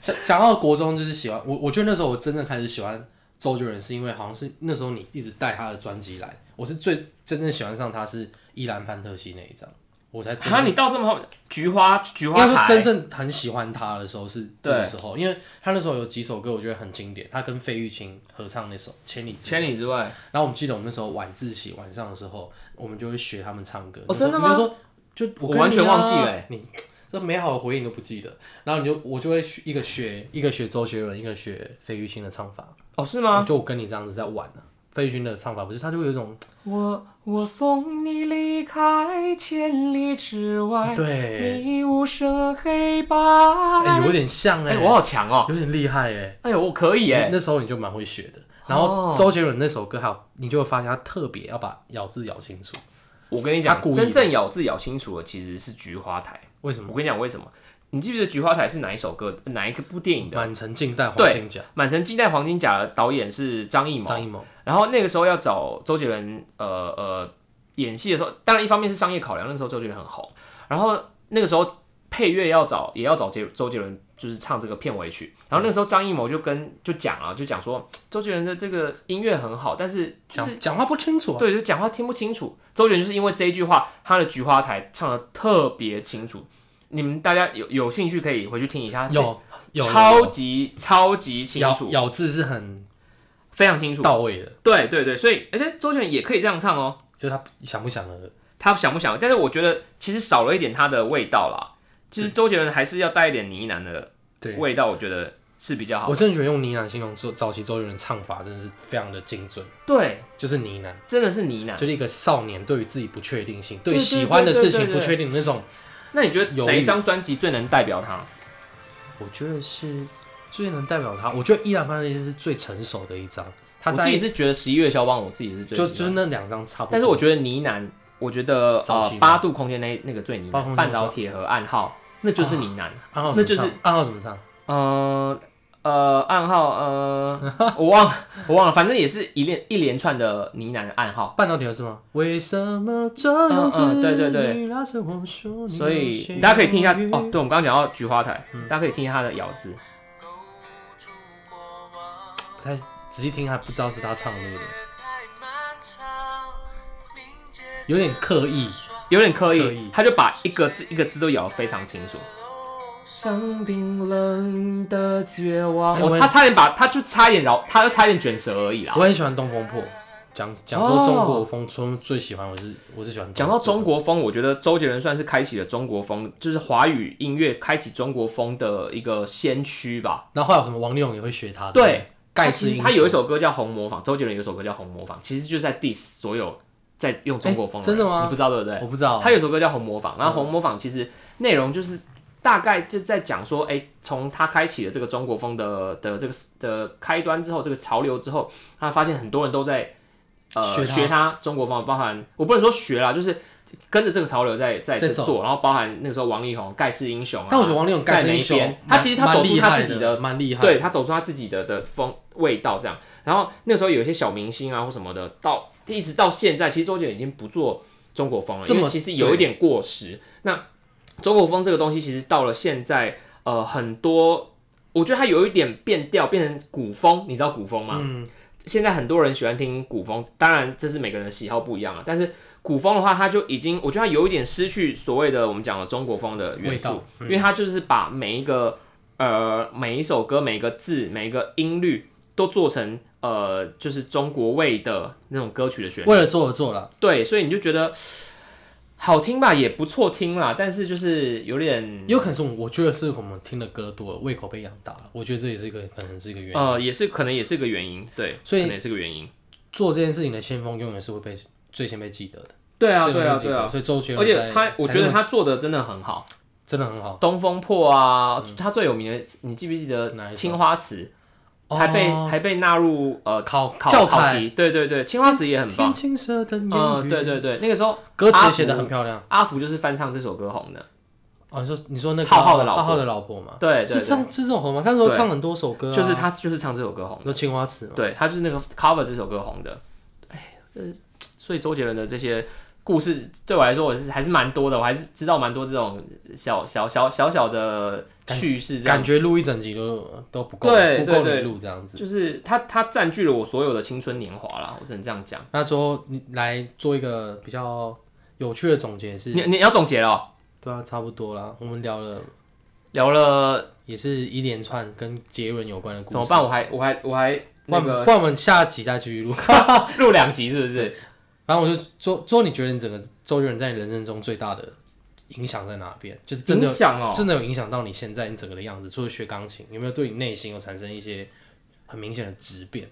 Speaker 2: 讲讲到国中就是喜欢我，我觉得那时候我真正开始喜欢周杰伦，是因为好像是那时候你一直带他的专辑来，我是最真正喜欢上他是《依兰范特西》那一张，我才真
Speaker 1: 啊，你到这么后面，菊花菊花
Speaker 2: 要说
Speaker 1: 台，
Speaker 2: 真正很喜欢他的时候是这个
Speaker 1: 对
Speaker 2: 时候，因为他那时候有几首歌我觉得很经典，他跟费玉清合唱那首《千里之外
Speaker 1: 千里之外，
Speaker 2: 然后我们记得我们那时候晚自习晚上的时候，我们就会学他们唱歌。
Speaker 1: 哦真的吗
Speaker 2: 那时候就
Speaker 1: 我
Speaker 2: 跟你啊
Speaker 1: 完全忘记了欸
Speaker 2: 你这美好的回忆你都不记得。然后你就我就会学一个学一个学周杰伦，一个学费玉清的唱法。
Speaker 1: 哦，是
Speaker 2: 然
Speaker 1: 吗？
Speaker 2: 后就我跟你这样子在玩啊。费玉清的唱法不是，他就会有一种
Speaker 1: 我我送你离开千里之外，
Speaker 2: 对，
Speaker 1: 你无声黑白。
Speaker 2: 哎、有点像哎、
Speaker 1: 哎，我好强哦！
Speaker 2: 有点厉害哎、
Speaker 1: 哎呦，我可以哎，
Speaker 2: 那时候你就蛮会学的。然后
Speaker 1: 哦
Speaker 2: 周杰伦那首歌，还有你就会发现他特别要把咬字咬清楚。
Speaker 1: 我跟你
Speaker 2: 他
Speaker 1: 讲
Speaker 2: 故，意的
Speaker 1: 真正咬字咬清楚的其实是菊花台。
Speaker 2: 为什么？
Speaker 1: 我跟你讲为什么？你记不记得菊花台是哪一首歌？哪一个部电影的？
Speaker 2: 满城尽带黄
Speaker 1: 对
Speaker 2: 金甲，
Speaker 1: 满城尽带黄金甲的导演是张艺谋，
Speaker 2: 张艺谋
Speaker 1: 然后那个时候要找周杰伦，呃呃，演戏的时候，当然一方面是商业考量，那时候周杰伦很红。然后那个时候配乐要找，也要找杰周杰伦，就是唱这个片尾曲。然后那个时候张艺谋就跟就讲啊，就讲说周杰伦的这个音乐很好，但是就是
Speaker 2: 讲讲话不清楚啊。
Speaker 1: 对，就讲话听不清楚。周杰伦就是因为这一句话，他的《菊花台》唱的特别清楚。你们大家有有兴趣可以回去听一下，
Speaker 2: 啊有有
Speaker 1: 超级超级清
Speaker 2: 咬
Speaker 1: 楚，
Speaker 2: 咬字是很
Speaker 1: 非常清楚。
Speaker 2: 到位的，
Speaker 1: 对对对，所以而且、周杰伦也可以这样唱哦。
Speaker 2: 就是他想不想而
Speaker 1: 他想不想？但是我觉得其实少了一点他的味道啦。其实周杰伦还是要带一点呢喃的
Speaker 2: 对。
Speaker 1: 味道，我觉得是比较好
Speaker 2: 我。真的觉得用呢喃形容周早期周杰伦的唱法真的是非常的精准，
Speaker 1: 对，
Speaker 2: 就是呢喃，
Speaker 1: 真的是呢喃。
Speaker 2: 就是一个少年对于自己不确定性、
Speaker 1: 对
Speaker 2: 于
Speaker 1: 嗯对
Speaker 2: 喜欢的事
Speaker 1: 对
Speaker 2: 情
Speaker 1: 对对
Speaker 2: 不确定的那种，
Speaker 1: 那你觉得
Speaker 2: 犹
Speaker 1: 哪
Speaker 2: 豫
Speaker 1: 一张专辑最能代表他？
Speaker 2: 我觉得是最能代表他。我觉得《依然范特西》是最成熟的一张，他
Speaker 1: 我自
Speaker 2: 在
Speaker 1: 己是觉得十一月肖邦，我自己是最
Speaker 2: 就
Speaker 1: 喜欢
Speaker 2: 就是那两张差不多。
Speaker 1: 但是我觉得呢喃，我觉得
Speaker 2: 早
Speaker 1: 呃
Speaker 2: 期吗
Speaker 1: 八度空间那那个最呢
Speaker 2: 八度空
Speaker 1: 喃，
Speaker 2: 间
Speaker 1: 半导体和暗号那就是呢喃。
Speaker 2: 暗号
Speaker 1: 那就是
Speaker 2: 怎么唱暗号怎么唱？啊
Speaker 1: 嗯呃，暗号 呃，我忘了我忘了，反正也是一连一连串的呢喃暗号。
Speaker 2: 半导体是吗？为什啊么这样子？
Speaker 1: 嗯嗯对对对
Speaker 2: 你拉着我说你
Speaker 1: 所以
Speaker 2: 有
Speaker 1: 大家可以听一下
Speaker 2: 些
Speaker 1: 哦，对，我们刚刚讲到菊花台，
Speaker 2: 嗯
Speaker 1: 大家可以听一下它的咬字。
Speaker 2: 不太仔细听还不知道是他唱的，对不对？有点刻意，
Speaker 1: 有点刻
Speaker 2: 刻
Speaker 1: 意
Speaker 2: 意，
Speaker 1: 他就把一个字一个字都咬得非常清楚。生冰冷的绝望，
Speaker 2: 哎我
Speaker 1: 哦，他差点把，他就差点饶，他就差点卷舌而已啦。
Speaker 2: 我很喜欢《东风破》，讲讲说中国风中最喜欢我是我是喜欢
Speaker 1: 讲到中国风，我觉得周杰伦算是开启了中国风，就是华语音乐开启中国风的一个先驱吧。
Speaker 2: 然后后来有什么王力宏也会学他，不
Speaker 1: 对，
Speaker 2: 盖
Speaker 1: 他其
Speaker 2: 世
Speaker 1: 实
Speaker 2: 英雄
Speaker 1: 他有一首歌叫《红模仿》，周杰伦有一首歌叫《红模仿》，其实就是在 diss 所有在用中国风人、
Speaker 2: 哎真的吗
Speaker 1: 你不知道对不对？
Speaker 2: 我不知道，
Speaker 1: 他有首歌叫《红模仿》，
Speaker 2: 嗯
Speaker 1: 然后《红模仿》其实内容就是大概就在讲说，哎、从他开启了这个中国风的的这个的开端之后，这个潮流之后，他发现很多人都在呃
Speaker 2: 学他
Speaker 1: 中国风，包含我不能说学啦，就是跟着这个潮流在在
Speaker 2: 在
Speaker 1: 在
Speaker 2: 走
Speaker 1: 做，然后包含那个时候王力宏、盖世英雄啊，
Speaker 2: 但我觉得王力宏盖世英
Speaker 1: 在哪一
Speaker 2: 雄
Speaker 1: 边，他其实他
Speaker 2: 蛮
Speaker 1: 走出他自己
Speaker 2: 蛮厉害
Speaker 1: 的
Speaker 2: 的，蛮厉害，
Speaker 1: 对他走出他自己的的风味道这样。然后那时候有一些小明星啊或什么的，到一直到现在，其实周杰伦已经不做中国风了，
Speaker 2: 这么
Speaker 1: 因为其实有一点过时。那中国风这个东西，其实到了现在，呃，很多我觉得它有一点变调，变成古风，你知道古风吗？
Speaker 2: 嗯，
Speaker 1: 现在很多人喜欢听古风，当然这是每个人的喜好不一样了。但是古风的话，它就已经我觉得它有一点失去所谓的我们讲的中国风的元
Speaker 2: 嗯味
Speaker 1: 素
Speaker 2: 道，
Speaker 1: 因为它就是把每一个呃每一首歌、每个字、每一个音律都做成呃就是中国味的那种歌曲的旋律。
Speaker 2: 为了做而做了，
Speaker 1: 对，所以你就觉得好听吧，也不错听啦，但是就是有点
Speaker 2: 有可能是我觉得是我们听的歌多了，胃口被养大了，我觉得这也是一个可能是一个原因。
Speaker 1: 呃，也是可能也是个原因，对，
Speaker 2: 所以
Speaker 1: 可能也是个原因。
Speaker 2: 做这件事情的先锋永远是会被最先被记得的，
Speaker 1: 对啊，
Speaker 2: 最先
Speaker 1: 对
Speaker 2: 被
Speaker 1: 啊，
Speaker 2: 记
Speaker 1: 对
Speaker 2: 得
Speaker 1: 啊，
Speaker 2: 所以周杰
Speaker 1: 而
Speaker 2: 伦
Speaker 1: 且
Speaker 2: 在，
Speaker 1: 他，我觉得
Speaker 2: 才
Speaker 1: 他做的真的很好。
Speaker 2: 真的很好，
Speaker 1: 东风破啊，它最有名的，你记不记
Speaker 2: 嗯哪
Speaker 1: 得
Speaker 2: 一首
Speaker 1: 青花瓷？还被
Speaker 2: 哦
Speaker 1: 还被纳入呃
Speaker 2: 考
Speaker 1: 考
Speaker 2: 教
Speaker 1: 考
Speaker 2: 材，
Speaker 1: 题，对对对，青花瓷也很棒
Speaker 2: 天。青色的烟
Speaker 1: 嗯，
Speaker 2: 雨，
Speaker 1: 对对对，那个时候
Speaker 2: 歌
Speaker 1: 阿
Speaker 2: 词
Speaker 1: 福
Speaker 2: 写的很漂亮。
Speaker 1: 阿福就是翻唱这首歌红的，
Speaker 2: 哦，你说你说那个
Speaker 1: 浩浩的老婆
Speaker 2: 浩浩的老婆嘛，
Speaker 1: 对对
Speaker 2: 哦是
Speaker 1: 对，
Speaker 2: 唱是这种红吗？他那时候
Speaker 1: 对
Speaker 2: 唱很多首歌啊，
Speaker 1: 就是他就是唱这首歌红
Speaker 2: 那
Speaker 1: 的，
Speaker 2: 青花瓷嘛，
Speaker 1: 对他就是那个 cover 这首歌红的。哎，呃，所以周杰伦的这些故事对我来说，我是还是蛮多的，我还是知道蛮多这种小小小小小的趣事，这样
Speaker 2: 感觉录一整集都都不够，
Speaker 1: 对
Speaker 2: 不够
Speaker 1: 对
Speaker 2: 你
Speaker 1: 对
Speaker 2: 录这样子。
Speaker 1: 就是他他占据了我所有的青春年华啦，我只能这样讲。
Speaker 2: 那最后你来做一个比较有趣的总结是，
Speaker 1: 你你要总结了哦、
Speaker 2: 对啊，差不多啦。我们聊了
Speaker 1: 聊了
Speaker 2: 也是一连串跟杰伦有关的故事，
Speaker 1: 怎么办？我还我还我还那
Speaker 2: 那个，
Speaker 1: 个
Speaker 2: 不然我们下集再继续录。
Speaker 1: 录两集是不是？
Speaker 2: 然后我就周周，你觉得你整个周杰伦在你人生中最大的影响在哪边？就是 真
Speaker 1: 影
Speaker 2: 的
Speaker 1: 响哦、
Speaker 2: 真的有影响到你现在你整个的样子，除了学钢琴，有没有对你内心有产生一些很明显的质变？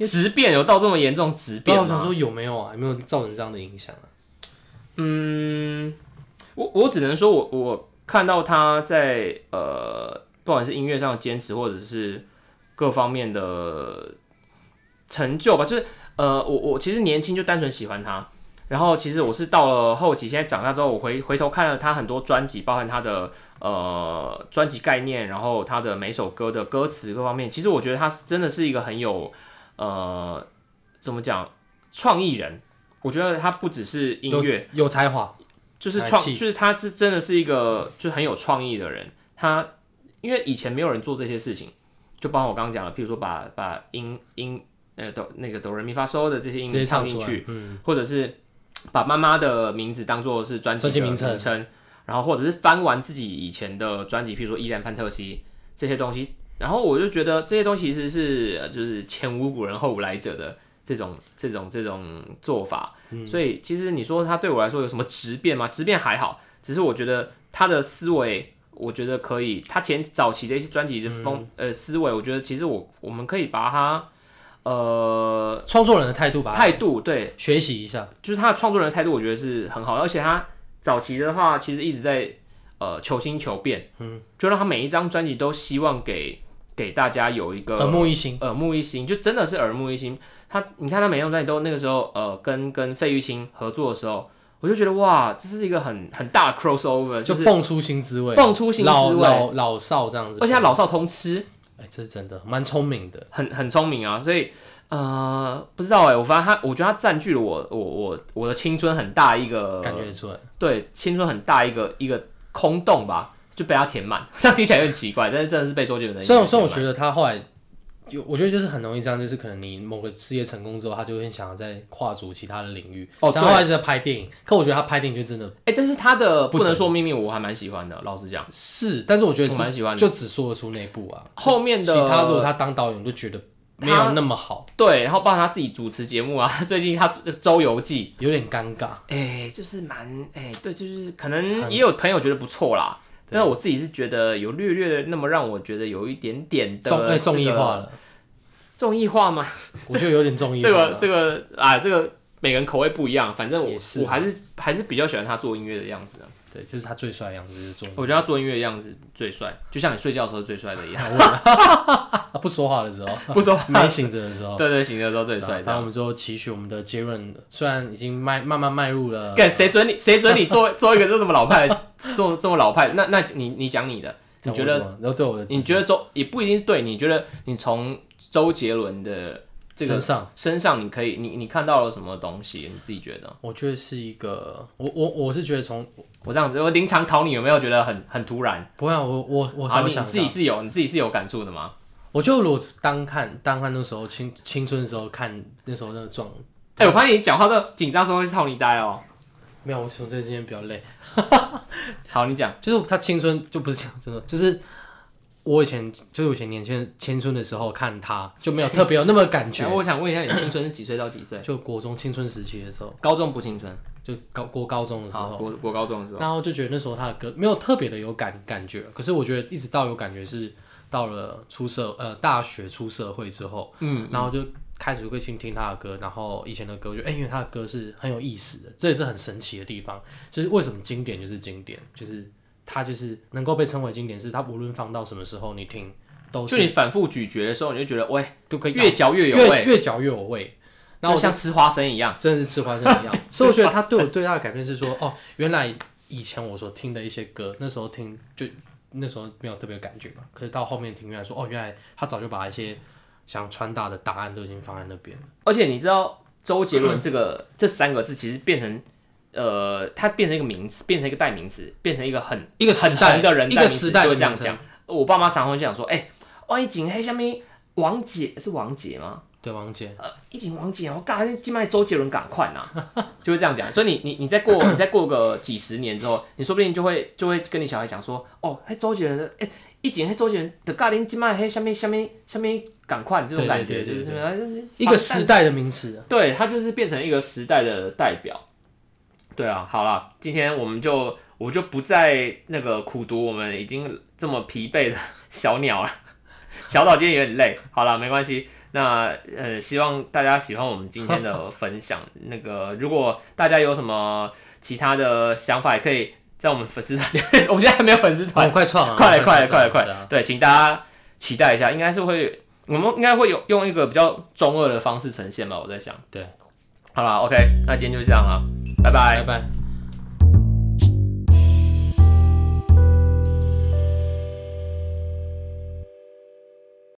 Speaker 1: 质变有到这么严重质
Speaker 2: 不
Speaker 1: 变
Speaker 2: 然我想
Speaker 1: 吗？
Speaker 2: 说有没有啊？有没有造成这样的影响啊？
Speaker 1: 嗯，我我只能说我我看到他在呃，不管是音乐上的坚持，或者是各方面的成就吧，就是呃，我我其实年轻就单纯喜欢他，然后其实我是到了后期，现在长大之后，我回回头看了他很多专辑，包含他的呃专辑概念，然后他的每首歌的歌词各方面，其实我觉得他是真的是一个很有呃怎么讲创意人。我觉得他不只是音乐，
Speaker 2: 有有才华，
Speaker 1: 就是
Speaker 2: 才
Speaker 1: 创，
Speaker 2: 气
Speaker 1: 就是他是真的是一个就很有创意的人。他因为以前没有人做这些事情，就包括我刚刚讲的，譬如说把把音音呃哆那个哆来咪发嗦的这些音
Speaker 2: 直接
Speaker 1: 唱
Speaker 2: 唱
Speaker 1: 进
Speaker 2: 出来
Speaker 1: 去，，
Speaker 2: 嗯，
Speaker 1: 或者是把妈妈的名字当做是专辑
Speaker 2: 专辑
Speaker 1: 的
Speaker 2: 名称
Speaker 1: 称，然后或者是翻完自己以前的专辑，譬如说《依然范特西》这些东西，然后我就觉得这些东西其实是呃就是前无古人后无来者的这种这种这种做法，
Speaker 2: 嗯
Speaker 1: 所以其实你说它对我来说有什么质变吗？质变还好，只是我觉得他的思维。我觉得可以，他前早期的一些专辑的风、
Speaker 2: 嗯
Speaker 1: 呃思维，我觉得其实我我们可以把它呃
Speaker 2: 创作人的态度吧，
Speaker 1: 态度对
Speaker 2: 学习一下，
Speaker 1: 就是他的创作人的态度，我觉得是很好的，而且他早期的话，其实一直在呃求新求变，嗯，就让他每一张专辑都希望给给大家有一个
Speaker 2: 耳目一新。
Speaker 1: 耳目一新，就真的是耳目一新。他你看他每张专辑都那个时候呃跟跟费玉清合作的时候，我就觉得哇，这是一个很很大的 crossover，
Speaker 2: 就是蹦出新滋味，
Speaker 1: 蹦出新滋
Speaker 2: 老
Speaker 1: 味
Speaker 2: 老老少这样子，
Speaker 1: 而且他老少通吃，
Speaker 2: 哎、这是真的，蛮聪明的。
Speaker 1: 很很聪明啊，所以呃，不知道哎、我发现他，我觉得他占据了我我我我的青春很大一个
Speaker 2: 感觉得
Speaker 1: 呃
Speaker 2: 出来，
Speaker 1: 对青春很大一个一个空洞吧，就被他填满。 这样听起来有点奇怪，但是真的是被周杰伦的音乐
Speaker 2: 虽
Speaker 1: 填
Speaker 2: 然
Speaker 1: 满。
Speaker 2: 虽然我觉得他后来，就我觉得就是很容易这样，就是可能你某个事业成功之后，他就会很想要再跨足其他的领域。
Speaker 1: 哦
Speaker 2: 像他后来一直在拍电影，可我觉得他拍电影就真的
Speaker 1: 哎、但是他的
Speaker 2: 不
Speaker 1: 不能说秘密，我还蛮喜欢的。老实讲，
Speaker 2: 是，但是我觉得
Speaker 1: 我
Speaker 2: 只
Speaker 1: 蛮喜欢的
Speaker 2: 就只说得出那一部啊。
Speaker 1: 后面的
Speaker 2: 其他如果他当导演，我就觉得没有那么好，
Speaker 1: 对，然后包括他自己主持节目啊， 最近他这周游记，
Speaker 2: 有点尴尬。
Speaker 1: 哎、就是蛮哎、对，就是可能也有朋友觉得不错啦，但是我自己是觉得有略略那么让我觉得有一点点的
Speaker 2: 重哎
Speaker 1: 这个
Speaker 2: 重义化，了，
Speaker 1: 综艺化吗？
Speaker 2: 我就有点重义化
Speaker 1: 这个
Speaker 2: 了。
Speaker 1: 这个啊，这个每个人口味不一样，反正我
Speaker 2: 也是啊
Speaker 1: 我还是还是比较喜欢他做音乐的样子啊。
Speaker 2: 对，就是他最帅的样子就是重义
Speaker 1: 我觉得他做音乐的样子最帅，就像你睡觉的时候最帅的一样，
Speaker 2: 化，啊他不说话的 时候，
Speaker 1: 不说
Speaker 2: 没醒着的时 候，
Speaker 1: 对对，啊醒着的时候最帅
Speaker 2: 然
Speaker 1: 这
Speaker 2: 后啊我
Speaker 1: 样。
Speaker 2: 们就期许我们的杰润，虽然已经迈慢慢迈入了，
Speaker 1: 干谁准你谁准你做 做一个这么老派的，做这么老派？那那你你讲你的，你觉得
Speaker 2: 然后对我的
Speaker 1: 你觉得周也不一定是对，你觉得你从周杰伦的这个
Speaker 2: 身上，
Speaker 1: 身上，你可以你你看到了什么东西？你自己觉得？
Speaker 2: 我觉得是一个，我我我是觉得从
Speaker 1: 我这样子，我临场考你有没有觉得很很突然？
Speaker 2: 不会啊，我我我
Speaker 1: 好，
Speaker 2: 才
Speaker 1: 你
Speaker 2: 会
Speaker 1: 你
Speaker 2: 想
Speaker 1: 自
Speaker 2: 到
Speaker 1: 己，是有你自己是有感触的吗？
Speaker 2: 我就如果是单看单看那时候青青春的时候看那时候那个状，
Speaker 1: 哎、我发现你讲话都紧张的时候会操你呆哦。
Speaker 2: 没有，我纯粹今天比较累。
Speaker 1: 好，你讲，
Speaker 2: 就是他青春就不是青春，就是我以前就是我以前年轻青春的时候看他就没有特别有那么 感
Speaker 1: 哎
Speaker 2: 觉，
Speaker 1: 我想问一下，你青春是几岁到几岁？
Speaker 2: 就国中青春时期的时候，
Speaker 1: 高中不青春，
Speaker 2: 就高过高中的时
Speaker 1: 好，
Speaker 2: 候，
Speaker 1: 国国高中的时候，
Speaker 2: 然后就觉得那时候他的歌没有特别的有感感觉，可是我觉得一直到有感觉是到了出社呃大学出社会之后，
Speaker 1: 嗯，
Speaker 2: 然后就开始会去听他的歌，然后以前的歌，我觉得哎、因为他的歌是很有意思的，这也是很神奇的地方，就是为什么经典就是经典，就是它就是能够被称为经典，是它无论放到什么时候你听都
Speaker 1: 就是你反复咀嚼的时候，你就觉得喂，
Speaker 2: 都可以
Speaker 1: 越嚼越有
Speaker 2: 越
Speaker 1: 味，
Speaker 2: 越嚼越有味，然后
Speaker 1: 就
Speaker 2: 我就
Speaker 1: 像吃花生一样。
Speaker 2: 真的是吃花生一样，所以我觉得他对我对他的改变是说，哦，原来以前我所听的一些歌，那时候听就那时候没有特别有感觉嘛，可是到后面听，原来说，哦，原来他早就把一些想传达的答案都已经放在那边了，
Speaker 1: 而且你知道周杰伦这个、 这三个字其实变成呃，它变成一个名词，变成一个代名词，变成一个很
Speaker 2: 一个时
Speaker 1: 很
Speaker 2: 代
Speaker 1: 红的人
Speaker 2: 一
Speaker 1: 代名
Speaker 2: 个
Speaker 1: 词
Speaker 2: 时代
Speaker 1: 就
Speaker 2: 的
Speaker 1: 会这样
Speaker 2: 名称
Speaker 1: 讲。我爸妈常常会讲说，哎、万一景黑下面王姐是王姐吗？
Speaker 2: 对，王姐，
Speaker 1: 呃，一景王姐，我尬，今麦周杰伦赶快呐， 就会这样讲。所以你你你再过你再过个几十年之后，你说不定就会就会跟你小孩讲说，哦，嘿周杰伦的，哎、一景嘿周杰伦的尬林今麦嘿下面下面下面赶快这种
Speaker 2: 对
Speaker 1: 感觉，
Speaker 2: 对对
Speaker 1: 就是什
Speaker 2: 对
Speaker 1: 么哎
Speaker 2: 一个时，代的名词
Speaker 1: 啊，对，它就是变成一个时代的代表。对啊，好啦，今天我们就我就不再那个苦读我们已经这么疲惫的小鸟了。 小岛今天有点累，好了，没关系。那呃，希望大家喜欢我们今天的分享。那个，如果大家有什么其他的想法，也可以在我们粉丝团 留言。我们现在还没有粉丝
Speaker 2: 我
Speaker 1: 团
Speaker 2: 们，快创啊，
Speaker 1: 快了，快了，快了，快
Speaker 2: 对啊
Speaker 1: 了！对，请大家期待一下，应该是会，我们应该会有用一个比较中二的方式呈现吧，我在想。
Speaker 2: 对，
Speaker 1: 好啦 o k 那今天就这样了，拜拜
Speaker 2: 拜。拜。